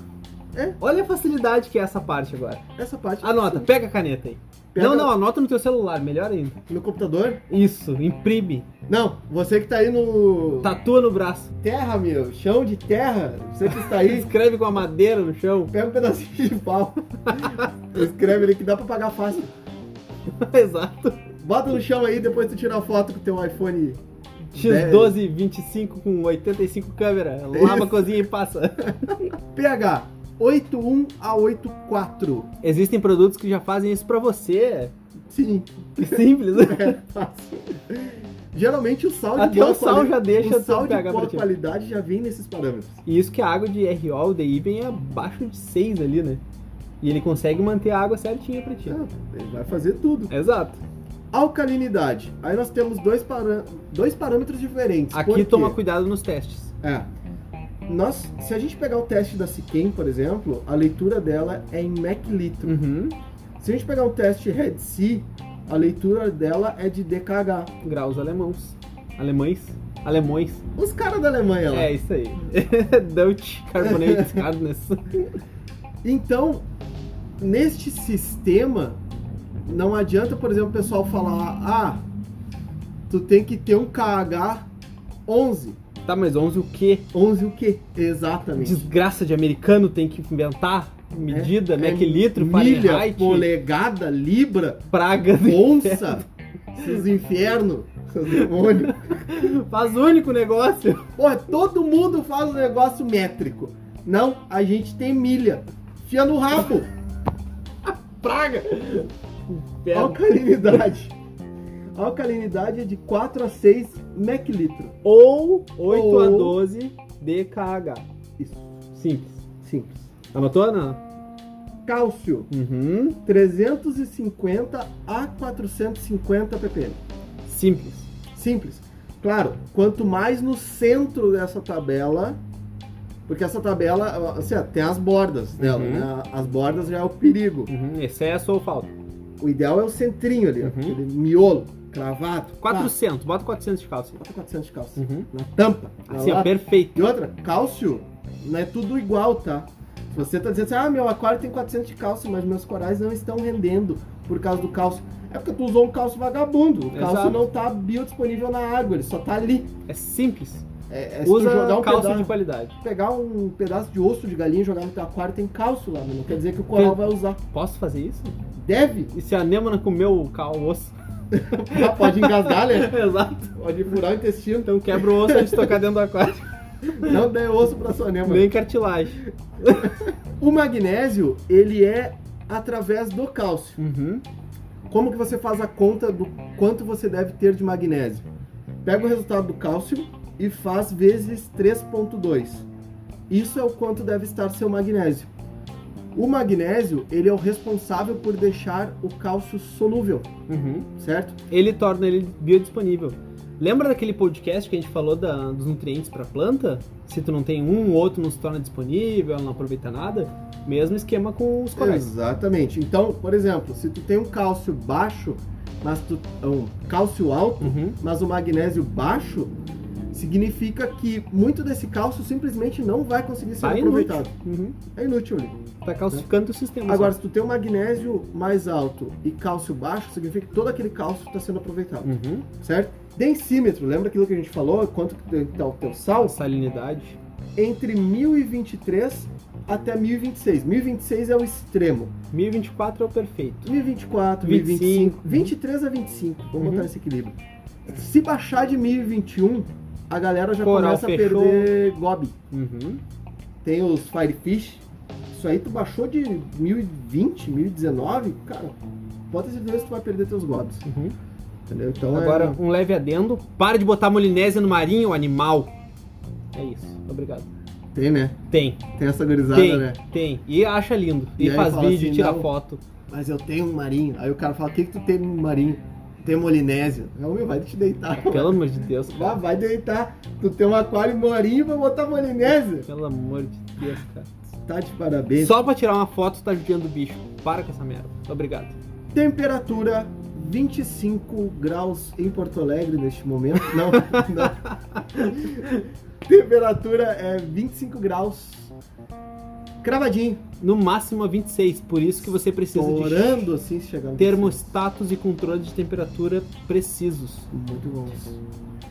[SPEAKER 2] É.
[SPEAKER 1] Olha a facilidade que é essa parte agora.
[SPEAKER 2] essa parte.
[SPEAKER 1] Anota, pega a caneta aí.
[SPEAKER 2] Pega
[SPEAKER 1] Ah, Não, não, anota no teu celular, melhor ainda.
[SPEAKER 2] No computador?
[SPEAKER 1] Isso, imprime.
[SPEAKER 2] Não, você que tá aí no.
[SPEAKER 1] Tatua no braço.
[SPEAKER 2] Terra, meu, chão de terra. Você que está aí,
[SPEAKER 1] Escreve com a madeira no chão.
[SPEAKER 2] pega um pedacinho de pau. Escreve ali que dá pra pagar fácil.
[SPEAKER 1] Exato.
[SPEAKER 2] Bota no chão aí, depois tu tira a foto com o teu iPhone.
[SPEAKER 1] X1225 com 85 câmera. Lava,
[SPEAKER 2] Isso.
[SPEAKER 1] cozinha e passa.
[SPEAKER 2] PH 81 a 84.
[SPEAKER 1] Existem produtos que já fazem isso pra você.
[SPEAKER 2] Sim,
[SPEAKER 1] Que simples.
[SPEAKER 2] é fácil. geralmente o sal de
[SPEAKER 1] Até
[SPEAKER 2] boa
[SPEAKER 1] o sal
[SPEAKER 2] quali-
[SPEAKER 1] já deixa
[SPEAKER 2] o sal
[SPEAKER 1] tu
[SPEAKER 2] de
[SPEAKER 1] pegar
[SPEAKER 2] boa
[SPEAKER 1] pra ti.
[SPEAKER 2] qualidade já vem nesses parâmetros.
[SPEAKER 1] E isso que a água de RO, o DI, vem é abaixo de 6 ali, né? E ele consegue manter a água certinha pra ti.
[SPEAKER 2] Ah, ele vai fazer tudo.
[SPEAKER 1] Exato.
[SPEAKER 2] Alcalinidade. Aí nós temos dois, parã- dois parâmetros diferentes. Por
[SPEAKER 1] Aqui
[SPEAKER 2] quê?
[SPEAKER 1] toma cuidado nos testes.
[SPEAKER 2] É. Nós, se a gente pegar o teste da Siquem, por exemplo, a leitura dela é em meclitro.
[SPEAKER 1] Uhum.
[SPEAKER 2] Se a gente pegar o teste Red Sea, a leitura dela é de DKH.
[SPEAKER 1] Graus alemãos. Alemães. Alemões.
[SPEAKER 2] Os caras da Alemanha lá.
[SPEAKER 1] É isso aí. Deutsch Carbonate Hardness.
[SPEAKER 2] Então, neste sistema, não adianta, por exemplo, o pessoal falar: ah, tu tem que ter um KH 11.
[SPEAKER 1] Tá, mas 11 o quê?
[SPEAKER 2] 11 o quê? Exatamente.
[SPEAKER 1] Desgraça de americano tem que inventar medida, mequilitro,
[SPEAKER 2] É, Milha,
[SPEAKER 1] Fahrenheit,
[SPEAKER 2] polegada, libra,
[SPEAKER 1] praga.
[SPEAKER 2] onça, esses infernos, seus demônios.
[SPEAKER 1] Faz único negócio.
[SPEAKER 2] Porra, todo mundo faz um negócio métrico. Não, a gente tem milha. Fia no rabo,
[SPEAKER 1] Praga. Inferno.
[SPEAKER 2] alcalinidade. Alcalinidade é de 4 a 6 meclitro.
[SPEAKER 1] Ou 8 a
[SPEAKER 2] Ou-
[SPEAKER 1] 12 DKH.
[SPEAKER 2] Isso.
[SPEAKER 1] Simples.
[SPEAKER 2] Simples.
[SPEAKER 1] Anotou, não?
[SPEAKER 2] Cálcio,
[SPEAKER 1] Uhum.
[SPEAKER 2] 350 a 450 ppm.
[SPEAKER 1] Simples.
[SPEAKER 2] Simples. Claro, quanto mais no centro dessa tabela, porque essa tabela, assim, ó, tem as bordas dela,
[SPEAKER 1] Uhum.
[SPEAKER 2] né? As bordas já é o perigo.
[SPEAKER 1] Uhum. Excesso ou falta?
[SPEAKER 2] O ideal é o centrinho ali, ó,
[SPEAKER 1] Uhum.
[SPEAKER 2] aquele miolo, cravado. pá,
[SPEAKER 1] 400. Bota 400 de cálcio.
[SPEAKER 2] bota 400 de cálcio.
[SPEAKER 1] Uhum.
[SPEAKER 2] Na tampa. na
[SPEAKER 1] Assim, ó,
[SPEAKER 2] lata.
[SPEAKER 1] perfeito.
[SPEAKER 2] E outra, cálcio não é tudo igual, tá? Se você tá dizendo assim, ah, meu aquário tem 400 de cálcio, mas meus corais não estão rendendo por causa do cálcio. É porque tu usou um cálcio vagabundo. O cálcio
[SPEAKER 1] Exato.
[SPEAKER 2] não tá biodisponível na água, ele só tá ali.
[SPEAKER 1] É simples.
[SPEAKER 2] É, é se
[SPEAKER 1] Usa
[SPEAKER 2] tu jogar um
[SPEAKER 1] cálcio
[SPEAKER 2] pedaço,
[SPEAKER 1] de qualidade.
[SPEAKER 2] pegar um pedaço de osso de galinha e jogar no teu aquário, tem cálcio lá, mas não quer dizer que o coral vai usar.
[SPEAKER 1] Posso fazer isso?
[SPEAKER 2] Deve?
[SPEAKER 1] E se a Nêmona comeu o cal, o osso?
[SPEAKER 2] Ah, pode engasgar, né?
[SPEAKER 1] Exato.
[SPEAKER 2] Pode furar o intestino.
[SPEAKER 1] Então quebra o osso antes de tocar dentro do aquário.
[SPEAKER 2] Não dê osso pra sua anema.
[SPEAKER 1] Nem cartilagem.
[SPEAKER 2] O magnésio, ele é através do cálcio.
[SPEAKER 1] Uhum.
[SPEAKER 2] Como que você faz a conta do quanto você deve ter de magnésio? Pega o resultado do cálcio e faz vezes 3.2. Isso é o quanto deve estar seu magnésio. O magnésio, ele é o responsável por deixar o cálcio solúvel,
[SPEAKER 1] Uhum.
[SPEAKER 2] certo?
[SPEAKER 1] Ele torna ele biodisponível. Lembra daquele podcast que a gente falou da- dos nutrientes para planta? Se tu não tem um, o outro não se torna disponível, ela não aproveita nada. Mesmo esquema com
[SPEAKER 2] É.
[SPEAKER 1] os corais.
[SPEAKER 2] Exatamente. Então, por exemplo, se tu tem um cálcio baixo, mas tu um cálcio alto,
[SPEAKER 1] Uhum.
[SPEAKER 2] mas o magnésio baixo significa que muito desse cálcio simplesmente não vai conseguir ser
[SPEAKER 1] Tá inútil.
[SPEAKER 2] aproveitado.
[SPEAKER 1] Uhum.
[SPEAKER 2] É inútil ali.
[SPEAKER 1] Tá calcificando o sistema.
[SPEAKER 2] Agora, se tu tem um magnésio mais alto e cálcio baixo, significa que todo aquele cálcio está sendo aproveitado,
[SPEAKER 1] Uhum.
[SPEAKER 2] certo? Densímetro, lembra aquilo que a gente falou? Quanto que tá o teu sal?
[SPEAKER 1] Salinidade.
[SPEAKER 2] Entre 1023 até 1026. 1026 é o extremo.
[SPEAKER 1] 1024 é o perfeito.
[SPEAKER 2] 1024,
[SPEAKER 1] 25.
[SPEAKER 2] 1025. 23 a 25. Vamos
[SPEAKER 1] Uhum.
[SPEAKER 2] botar nesse equilíbrio. Se baixar de 1021, a galera já
[SPEAKER 1] Coral
[SPEAKER 2] começa
[SPEAKER 1] fechou.
[SPEAKER 2] a perder gobe.
[SPEAKER 1] Uhum.
[SPEAKER 2] Tem os Firefish. Isso aí tu baixou de 1020, 1019, cara, pode ter certeza que tu vai perder teus gobs,
[SPEAKER 1] Uhum.
[SPEAKER 2] entendeu? Então é-
[SPEAKER 1] Agora, um leve adendo. Para de botar molinésia no marinho, animal. É isso. Obrigado.
[SPEAKER 2] tem, né?
[SPEAKER 1] Tem,
[SPEAKER 2] Tem essa gorizada,
[SPEAKER 1] tem,
[SPEAKER 2] né?
[SPEAKER 1] tem. E acha lindo. E,
[SPEAKER 2] E aí
[SPEAKER 1] faz
[SPEAKER 2] fala
[SPEAKER 1] vídeo,
[SPEAKER 2] assim,
[SPEAKER 1] tira
[SPEAKER 2] não.
[SPEAKER 1] foto.
[SPEAKER 2] Mas eu tenho um marinho. Aí o cara fala, o que, que tu tem no marinho? Tem molinésio. Não, meu, vai te deitar.
[SPEAKER 1] Pelo amor de Deus, cara.
[SPEAKER 2] Vai, vai deitar. Tu tem um aquário marinho pra botar molinésio.
[SPEAKER 1] Pelo amor de Deus, cara.
[SPEAKER 2] Tá de parabéns.
[SPEAKER 1] Só pra tirar uma foto, tá judiando o bicho. Para com essa merda. Obrigado.
[SPEAKER 2] Temperatura 25 graus em Porto Alegre neste momento. Não, não. Temperatura é 25 graus. Cravadinho.
[SPEAKER 1] No máximo a 26. Por isso que você precisa
[SPEAKER 2] Estourando assim se chegar no
[SPEAKER 1] de termostatos e controle de temperatura precisos.
[SPEAKER 2] Muito bom.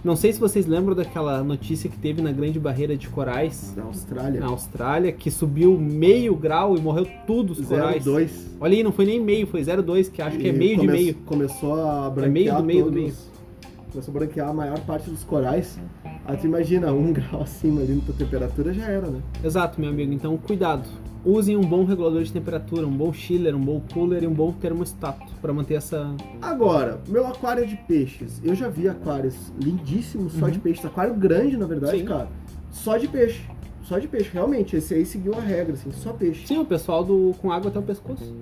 [SPEAKER 1] Não sei se vocês lembram daquela notícia que teve na Grande Barreira de Corais,
[SPEAKER 2] Da Austrália.
[SPEAKER 1] na Austrália, que subiu meio grau e morreu tudo os corais.
[SPEAKER 2] 0,2.
[SPEAKER 1] Olha aí, não foi nem meio, foi 0,2, que acho que é
[SPEAKER 2] E
[SPEAKER 1] meio de
[SPEAKER 2] come-
[SPEAKER 1] meio.
[SPEAKER 2] Começou a
[SPEAKER 1] É meio
[SPEAKER 2] branquear
[SPEAKER 1] do meio do
[SPEAKER 2] todos- Começou a branquear a maior parte dos corais. Aí tu imagina, um grau acima ali na tua temperatura já era, né?
[SPEAKER 1] Exato, meu amigo. Então, cuidado. Usem um bom regulador de temperatura, um bom chiller, um bom cooler e um bom termostato para manter essa.
[SPEAKER 2] Agora, meu aquário é de peixes. Eu já vi aquários lindíssimos só
[SPEAKER 1] Uhum.
[SPEAKER 2] de peixes. Aquário grande, na verdade,
[SPEAKER 1] Sim.
[SPEAKER 2] cara. Só de peixe. Só de peixe, realmente. Esse aí seguiu a regra, assim, só peixe.
[SPEAKER 1] Sim, o pessoal do com água até o pescoço.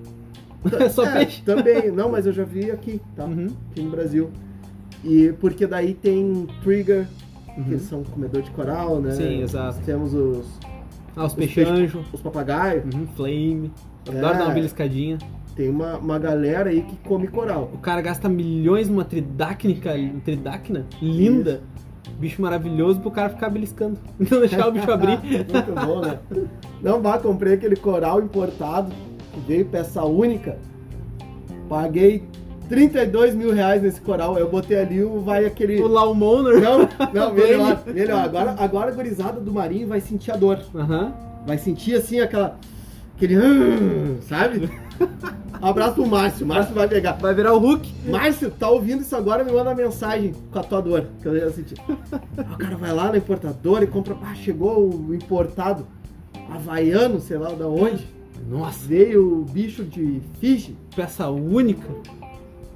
[SPEAKER 1] Só
[SPEAKER 2] É,
[SPEAKER 1] peixe.
[SPEAKER 2] Também, não, mas eu já vi aqui, tá?
[SPEAKER 1] Uhum,
[SPEAKER 2] Aqui no Brasil. E porque daí tem trigger, que
[SPEAKER 1] uhum.
[SPEAKER 2] eles são comedor de coral, né?
[SPEAKER 1] Sim, exato.
[SPEAKER 2] Nós temos os,
[SPEAKER 1] Ah, os
[SPEAKER 2] Os
[SPEAKER 1] peixes
[SPEAKER 2] peixes-
[SPEAKER 1] anjo,
[SPEAKER 2] os papagaios.
[SPEAKER 1] uhum, flame.
[SPEAKER 2] É.
[SPEAKER 1] Adoro dar uma beliscadinha.
[SPEAKER 2] Tem uma, uma galera aí que come coral.
[SPEAKER 1] O cara gasta milhões numa tridácnica, tridáquina linda. Bicho maravilhoso pro cara ficar beliscando. Não deixar o bicho abrir.
[SPEAKER 2] Muito bom, né? Não vá, comprei aquele coral importado, que veio peça única. Paguei 32 mil reais nesse coral. Eu botei ali o vai aquele.
[SPEAKER 1] O Laumoner.
[SPEAKER 2] Não, não, melhor, melhor. Agora, agora a gurizada do marinho vai sentir a dor.
[SPEAKER 1] Aham.
[SPEAKER 2] Vai sentir assim aquela. aquele. "Hum", Sabe? Abraço o Márcio, Márcio vai pegar.
[SPEAKER 1] Vai virar o Hulk.
[SPEAKER 2] Márcio, tá ouvindo isso agora? Me manda uma mensagem com a tua dor, que eu já senti. Aí o cara vai lá na importadora e compra. Ah, chegou o importado havaiano, sei lá da onde.
[SPEAKER 1] Nossa,
[SPEAKER 2] Veio o bicho de Fiji,
[SPEAKER 1] peça única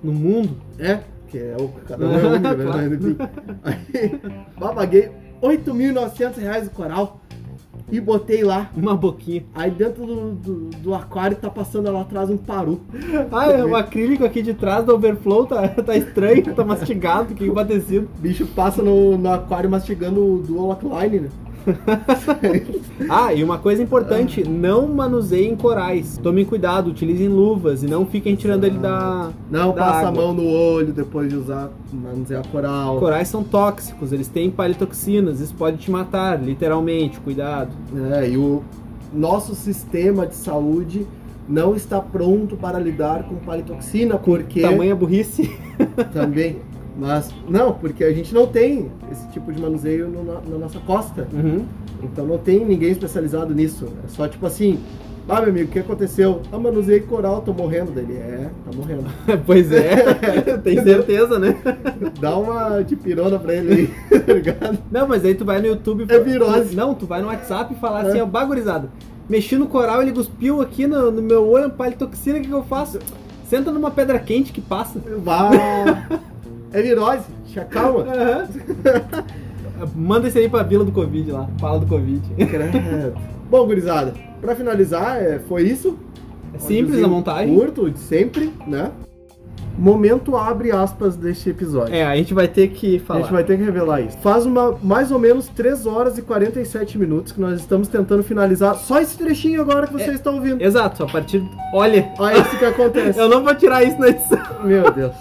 [SPEAKER 1] no mundo.
[SPEAKER 2] né? Que é o cada um é um, né? Mas enfim. Aí, bah, paguei 8.900 reais o coral e botei lá.
[SPEAKER 1] Uma boquinha.
[SPEAKER 2] Aí dentro do, do, do aquário tá passando lá atrás um paru.
[SPEAKER 1] Ah, é, o acrílico aqui de trás do overflow tá, tá estranho, tá mastigado, que batecido.
[SPEAKER 2] O bicho passa no, no aquário mastigando o dual outline, né?
[SPEAKER 1] Ah, e uma coisa importante, não manuseiem corais. Tomem cuidado, utilizem luvas e não fiquem tirando ele da.
[SPEAKER 2] Não
[SPEAKER 1] da
[SPEAKER 2] passa a
[SPEAKER 1] água.
[SPEAKER 2] mão no olho depois de usar, manusear coral.
[SPEAKER 1] Corais são tóxicos, eles têm palitoxinas, isso pode te matar, literalmente, cuidado.
[SPEAKER 2] É, e o nosso sistema de saúde não está pronto para lidar com palitoxina, porque
[SPEAKER 1] Tamanha burrice.
[SPEAKER 2] também. Mas não, porque a gente não tem esse tipo de manuseio no- na, na nossa costa.
[SPEAKER 1] Uhum.
[SPEAKER 2] Então não tem ninguém especializado nisso. É só tipo assim, ah meu amigo, o que aconteceu? Ah, manuseio coral, tô morrendo dele. É, tá morrendo.
[SPEAKER 1] Pois é, tem certeza, né?
[SPEAKER 2] Dá uma de pirona pra ele aí, tá ligado?
[SPEAKER 1] Não, mas aí tu vai no YouTube.
[SPEAKER 2] É virose.
[SPEAKER 1] Não, tu vai no WhatsApp e falar
[SPEAKER 2] É.
[SPEAKER 1] assim, ó, bagurizado. Mexi no coral, ele cuspiu aqui no, no meu olho, é palitoxina, o que, que eu faço? Senta numa pedra quente que passa.
[SPEAKER 2] Vá! É virose, te acalma.
[SPEAKER 1] Aham. Manda esse aí pra vila do Covid lá. Fala do Covid. É
[SPEAKER 2] Credo. Uhum. Bom, gurizada, pra finalizar, é, foi isso.
[SPEAKER 1] É simples a
[SPEAKER 2] Áudiozinho
[SPEAKER 1] montagem.
[SPEAKER 2] Curto, de sempre, né? Momento abre aspas deste episódio.
[SPEAKER 1] É, a gente vai ter que
[SPEAKER 2] A
[SPEAKER 1] falar.
[SPEAKER 2] gente vai ter que revelar isso. Faz uma, mais ou menos 3 horas e 47 minutos que nós estamos tentando finalizar só esse trechinho agora que
[SPEAKER 1] É,
[SPEAKER 2] vocês estão ouvindo.
[SPEAKER 1] Exato, a partir. Olha,
[SPEAKER 2] Olha isso que acontece.
[SPEAKER 1] eu não vou tirar isso na edição.
[SPEAKER 2] Meu Deus.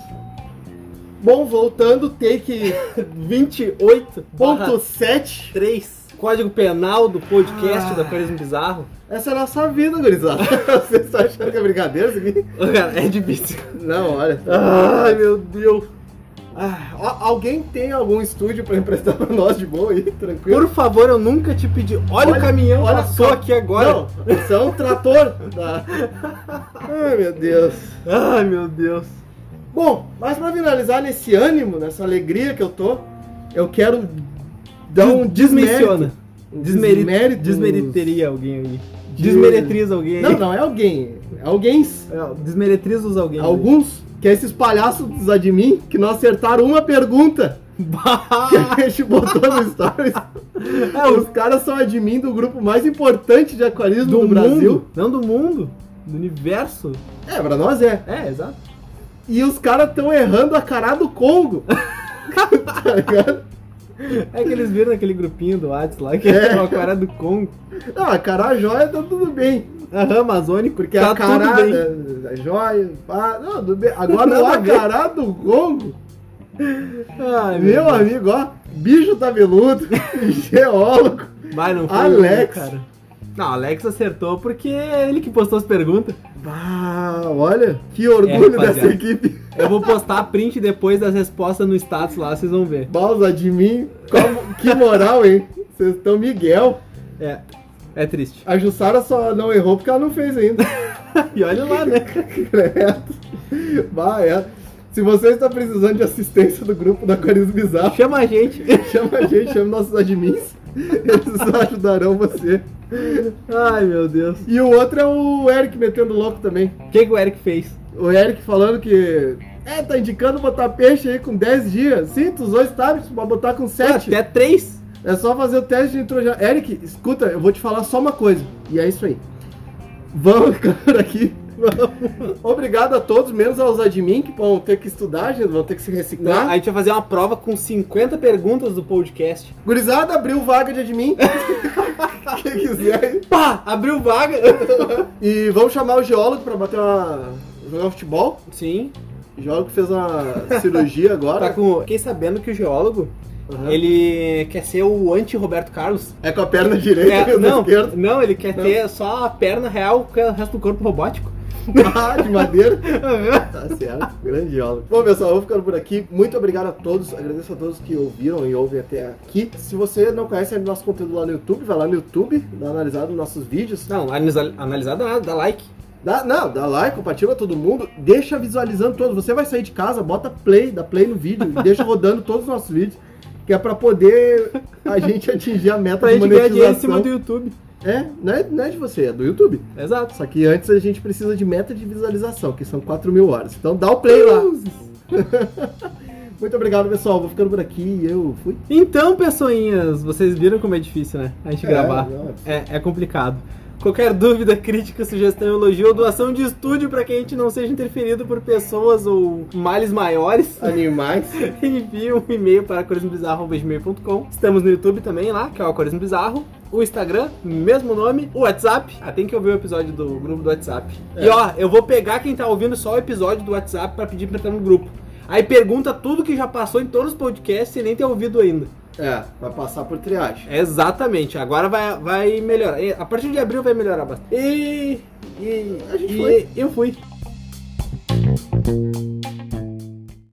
[SPEAKER 2] Bom, voltando, take
[SPEAKER 1] 28
[SPEAKER 2] ponto 7.
[SPEAKER 1] 3. Código penal do podcast
[SPEAKER 2] Ah.
[SPEAKER 1] da Corismo Bizarro.
[SPEAKER 2] Essa é a nossa vida, gurizada. Vocês estão achando que é brincadeira isso aqui?
[SPEAKER 1] Ô, Cara, é difícil.
[SPEAKER 2] Não, olha.
[SPEAKER 1] Ai, meu Deus.
[SPEAKER 2] Ah, a- alguém tem algum estúdio pra emprestar pra nós de boa aí? Tranquilo?
[SPEAKER 1] Por favor, eu nunca te pedi. Olha,
[SPEAKER 2] Olha-
[SPEAKER 1] o caminhão,
[SPEAKER 2] olha
[SPEAKER 1] passou
[SPEAKER 2] só.
[SPEAKER 1] aqui agora.
[SPEAKER 2] Não, isso é um trator. Tá. Ai, meu Deus.
[SPEAKER 1] Ai, meu Deus.
[SPEAKER 2] Bom, mas pra finalizar nesse ânimo, nessa alegria que eu tô, eu quero dar um desmérito.
[SPEAKER 1] Desmenciona.
[SPEAKER 2] Um
[SPEAKER 1] Desmeri...
[SPEAKER 2] desmérito
[SPEAKER 1] Desmeriteria né? alguém aí.
[SPEAKER 2] de-
[SPEAKER 1] Desmeretriza alguém aí.
[SPEAKER 2] Não, não é alguém. É alguém.
[SPEAKER 1] É, Desmeretriza os alguém. aí.
[SPEAKER 2] Alguns, que é esses palhaços dos admin, que não acertaram uma pergunta que a gente botou no stories.
[SPEAKER 1] Ah. É, os
[SPEAKER 2] Os caras são admin do grupo mais importante de aquarismo do,
[SPEAKER 1] do mundo.
[SPEAKER 2] Brasil.
[SPEAKER 1] Não do mundo. Do universo.
[SPEAKER 2] É, pra nós é.
[SPEAKER 1] É, exato.
[SPEAKER 2] E os caras estão errando a cara do Congo. tá ligado?
[SPEAKER 1] É que eles viram naquele grupinho do Whats lá, que
[SPEAKER 2] É.
[SPEAKER 1] é uma cara do Congo.
[SPEAKER 2] Não, a cara joia tá tudo bem.
[SPEAKER 1] Aham, Amazônico.
[SPEAKER 2] Porque
[SPEAKER 1] tá
[SPEAKER 2] é a cara
[SPEAKER 1] tudo bem.
[SPEAKER 2] a joia. Ah, não, tudo bem. Agora o
[SPEAKER 1] Nada a ver.
[SPEAKER 2] acará do Congo.
[SPEAKER 1] Ai,
[SPEAKER 2] meu
[SPEAKER 1] Deus.
[SPEAKER 2] amigo, ó. Bicho tabeludo, geólogo.
[SPEAKER 1] Vai, não foi
[SPEAKER 2] Alex.
[SPEAKER 1] eu, cara. Não, Alex acertou porque é ele que postou as perguntas.
[SPEAKER 2] Bah, olha, que orgulho
[SPEAKER 1] É, rapaziada.
[SPEAKER 2] dessa equipe.
[SPEAKER 1] Eu vou postar a print depois das respostas no status lá, vocês vão ver.
[SPEAKER 2] Balsa de mim. Como- que moral, hein? Vocês estão Miguel.
[SPEAKER 1] É, é triste.
[SPEAKER 2] A Jussara só não errou porque ela não fez ainda.
[SPEAKER 1] E olha lá, né?
[SPEAKER 2] Credo. Bah, é. Se você está precisando de assistência do grupo da Aquarismo Bizarro,
[SPEAKER 1] Chama a gente.
[SPEAKER 2] chama a gente, chama nossos admins. Eles ajudarão você.
[SPEAKER 1] Ai, meu Deus.
[SPEAKER 2] E o outro é o Eric metendo louco também.
[SPEAKER 1] O que, que o Eric fez?
[SPEAKER 2] O Eric falando que. É, tá indicando botar peixe aí com 10 dias. Sim, tu usou tablets pra botar com 7.
[SPEAKER 1] Até três.
[SPEAKER 2] É só fazer o teste de nitrogênio. Eric, escuta, eu vou te falar só uma coisa. E é isso aí. Vamos ficar aqui. Vamos. Obrigado a todos, menos aos admin que vão ter que estudar, gente, vão ter que se reciclar.
[SPEAKER 1] Né? A gente vai fazer uma prova com 50 perguntas do podcast.
[SPEAKER 2] Gurizada abriu vaga de admin. Quem quiser.
[SPEAKER 1] Pá! Abriu vaga!
[SPEAKER 2] E vamos chamar o geólogo pra bater uma. jogar um futebol.
[SPEAKER 1] Sim.
[SPEAKER 2] O geólogo fez uma cirurgia
[SPEAKER 1] Tá
[SPEAKER 2] agora.
[SPEAKER 1] com... Fiquei sabendo que o geólogo, Ah.
[SPEAKER 2] Aham.
[SPEAKER 1] ele quer ser o anti-Roberto Carlos.
[SPEAKER 2] É com a perna direita
[SPEAKER 1] É,
[SPEAKER 2] e a
[SPEAKER 1] não,
[SPEAKER 2] esquerda.
[SPEAKER 1] não, ele quer
[SPEAKER 2] Não.
[SPEAKER 1] ter só a perna real com o resto do corpo robótico.
[SPEAKER 2] Ah, de madeira.
[SPEAKER 1] É.
[SPEAKER 2] Tá certo, grande aula. Bom, pessoal, eu vou ficando por aqui. Muito obrigado a todos. Agradeço a todos que ouviram e ouvem até aqui. Se você não conhece ainda o nosso conteúdo lá no YouTube, vai lá no YouTube, dá analisado nos nossos vídeos.
[SPEAKER 1] Não, analisa- analisada nada, dá like.
[SPEAKER 2] Dá, não, dá like, compartilha todo mundo, deixa visualizando todos. Você vai sair de casa, bota play, dá play no vídeo, e deixa rodando todos os nossos vídeos, que é pra poder a gente atingir a meta
[SPEAKER 1] Pra
[SPEAKER 2] de
[SPEAKER 1] gente ganhar dinheiro em cima
[SPEAKER 2] monetização.
[SPEAKER 1] do YouTube.
[SPEAKER 2] É, não é, não é de você, é do YouTube.
[SPEAKER 1] Exato.
[SPEAKER 2] Só que antes a gente precisa de meta de visualização, que são 4 mil horas. Então dá o play lá. Muito obrigado, pessoal. Vou ficando por aqui e eu fui.
[SPEAKER 1] Então, pessoinhas, vocês viram como é difícil, né? A gente gravar.
[SPEAKER 2] não,
[SPEAKER 1] É, é complicado. Qualquer dúvida, crítica, sugestão, elogio ou doação de estúdio para que a gente não seja interferido por pessoas ou males maiores,
[SPEAKER 2] Animais.
[SPEAKER 1] envie um e-mail para aquarismobizarro.com. Estamos no YouTube também lá, que é o Aquarismo Bizarro. O Instagram, mesmo nome. O WhatsApp. Ah, tem que ouvir o episódio do grupo do WhatsApp.
[SPEAKER 2] É.
[SPEAKER 1] E ó, eu vou pegar quem tá ouvindo só o episódio do WhatsApp para pedir pra entrar no grupo. Aí pergunta tudo que já passou em todos os podcasts e nem ter ouvido ainda.
[SPEAKER 2] É, vai passar por triagem.
[SPEAKER 1] Exatamente, agora vai, vai melhorar. E A partir de abril vai melhorar bastante. E, e,
[SPEAKER 2] A gente
[SPEAKER 1] e
[SPEAKER 2] foi.
[SPEAKER 1] eu fui.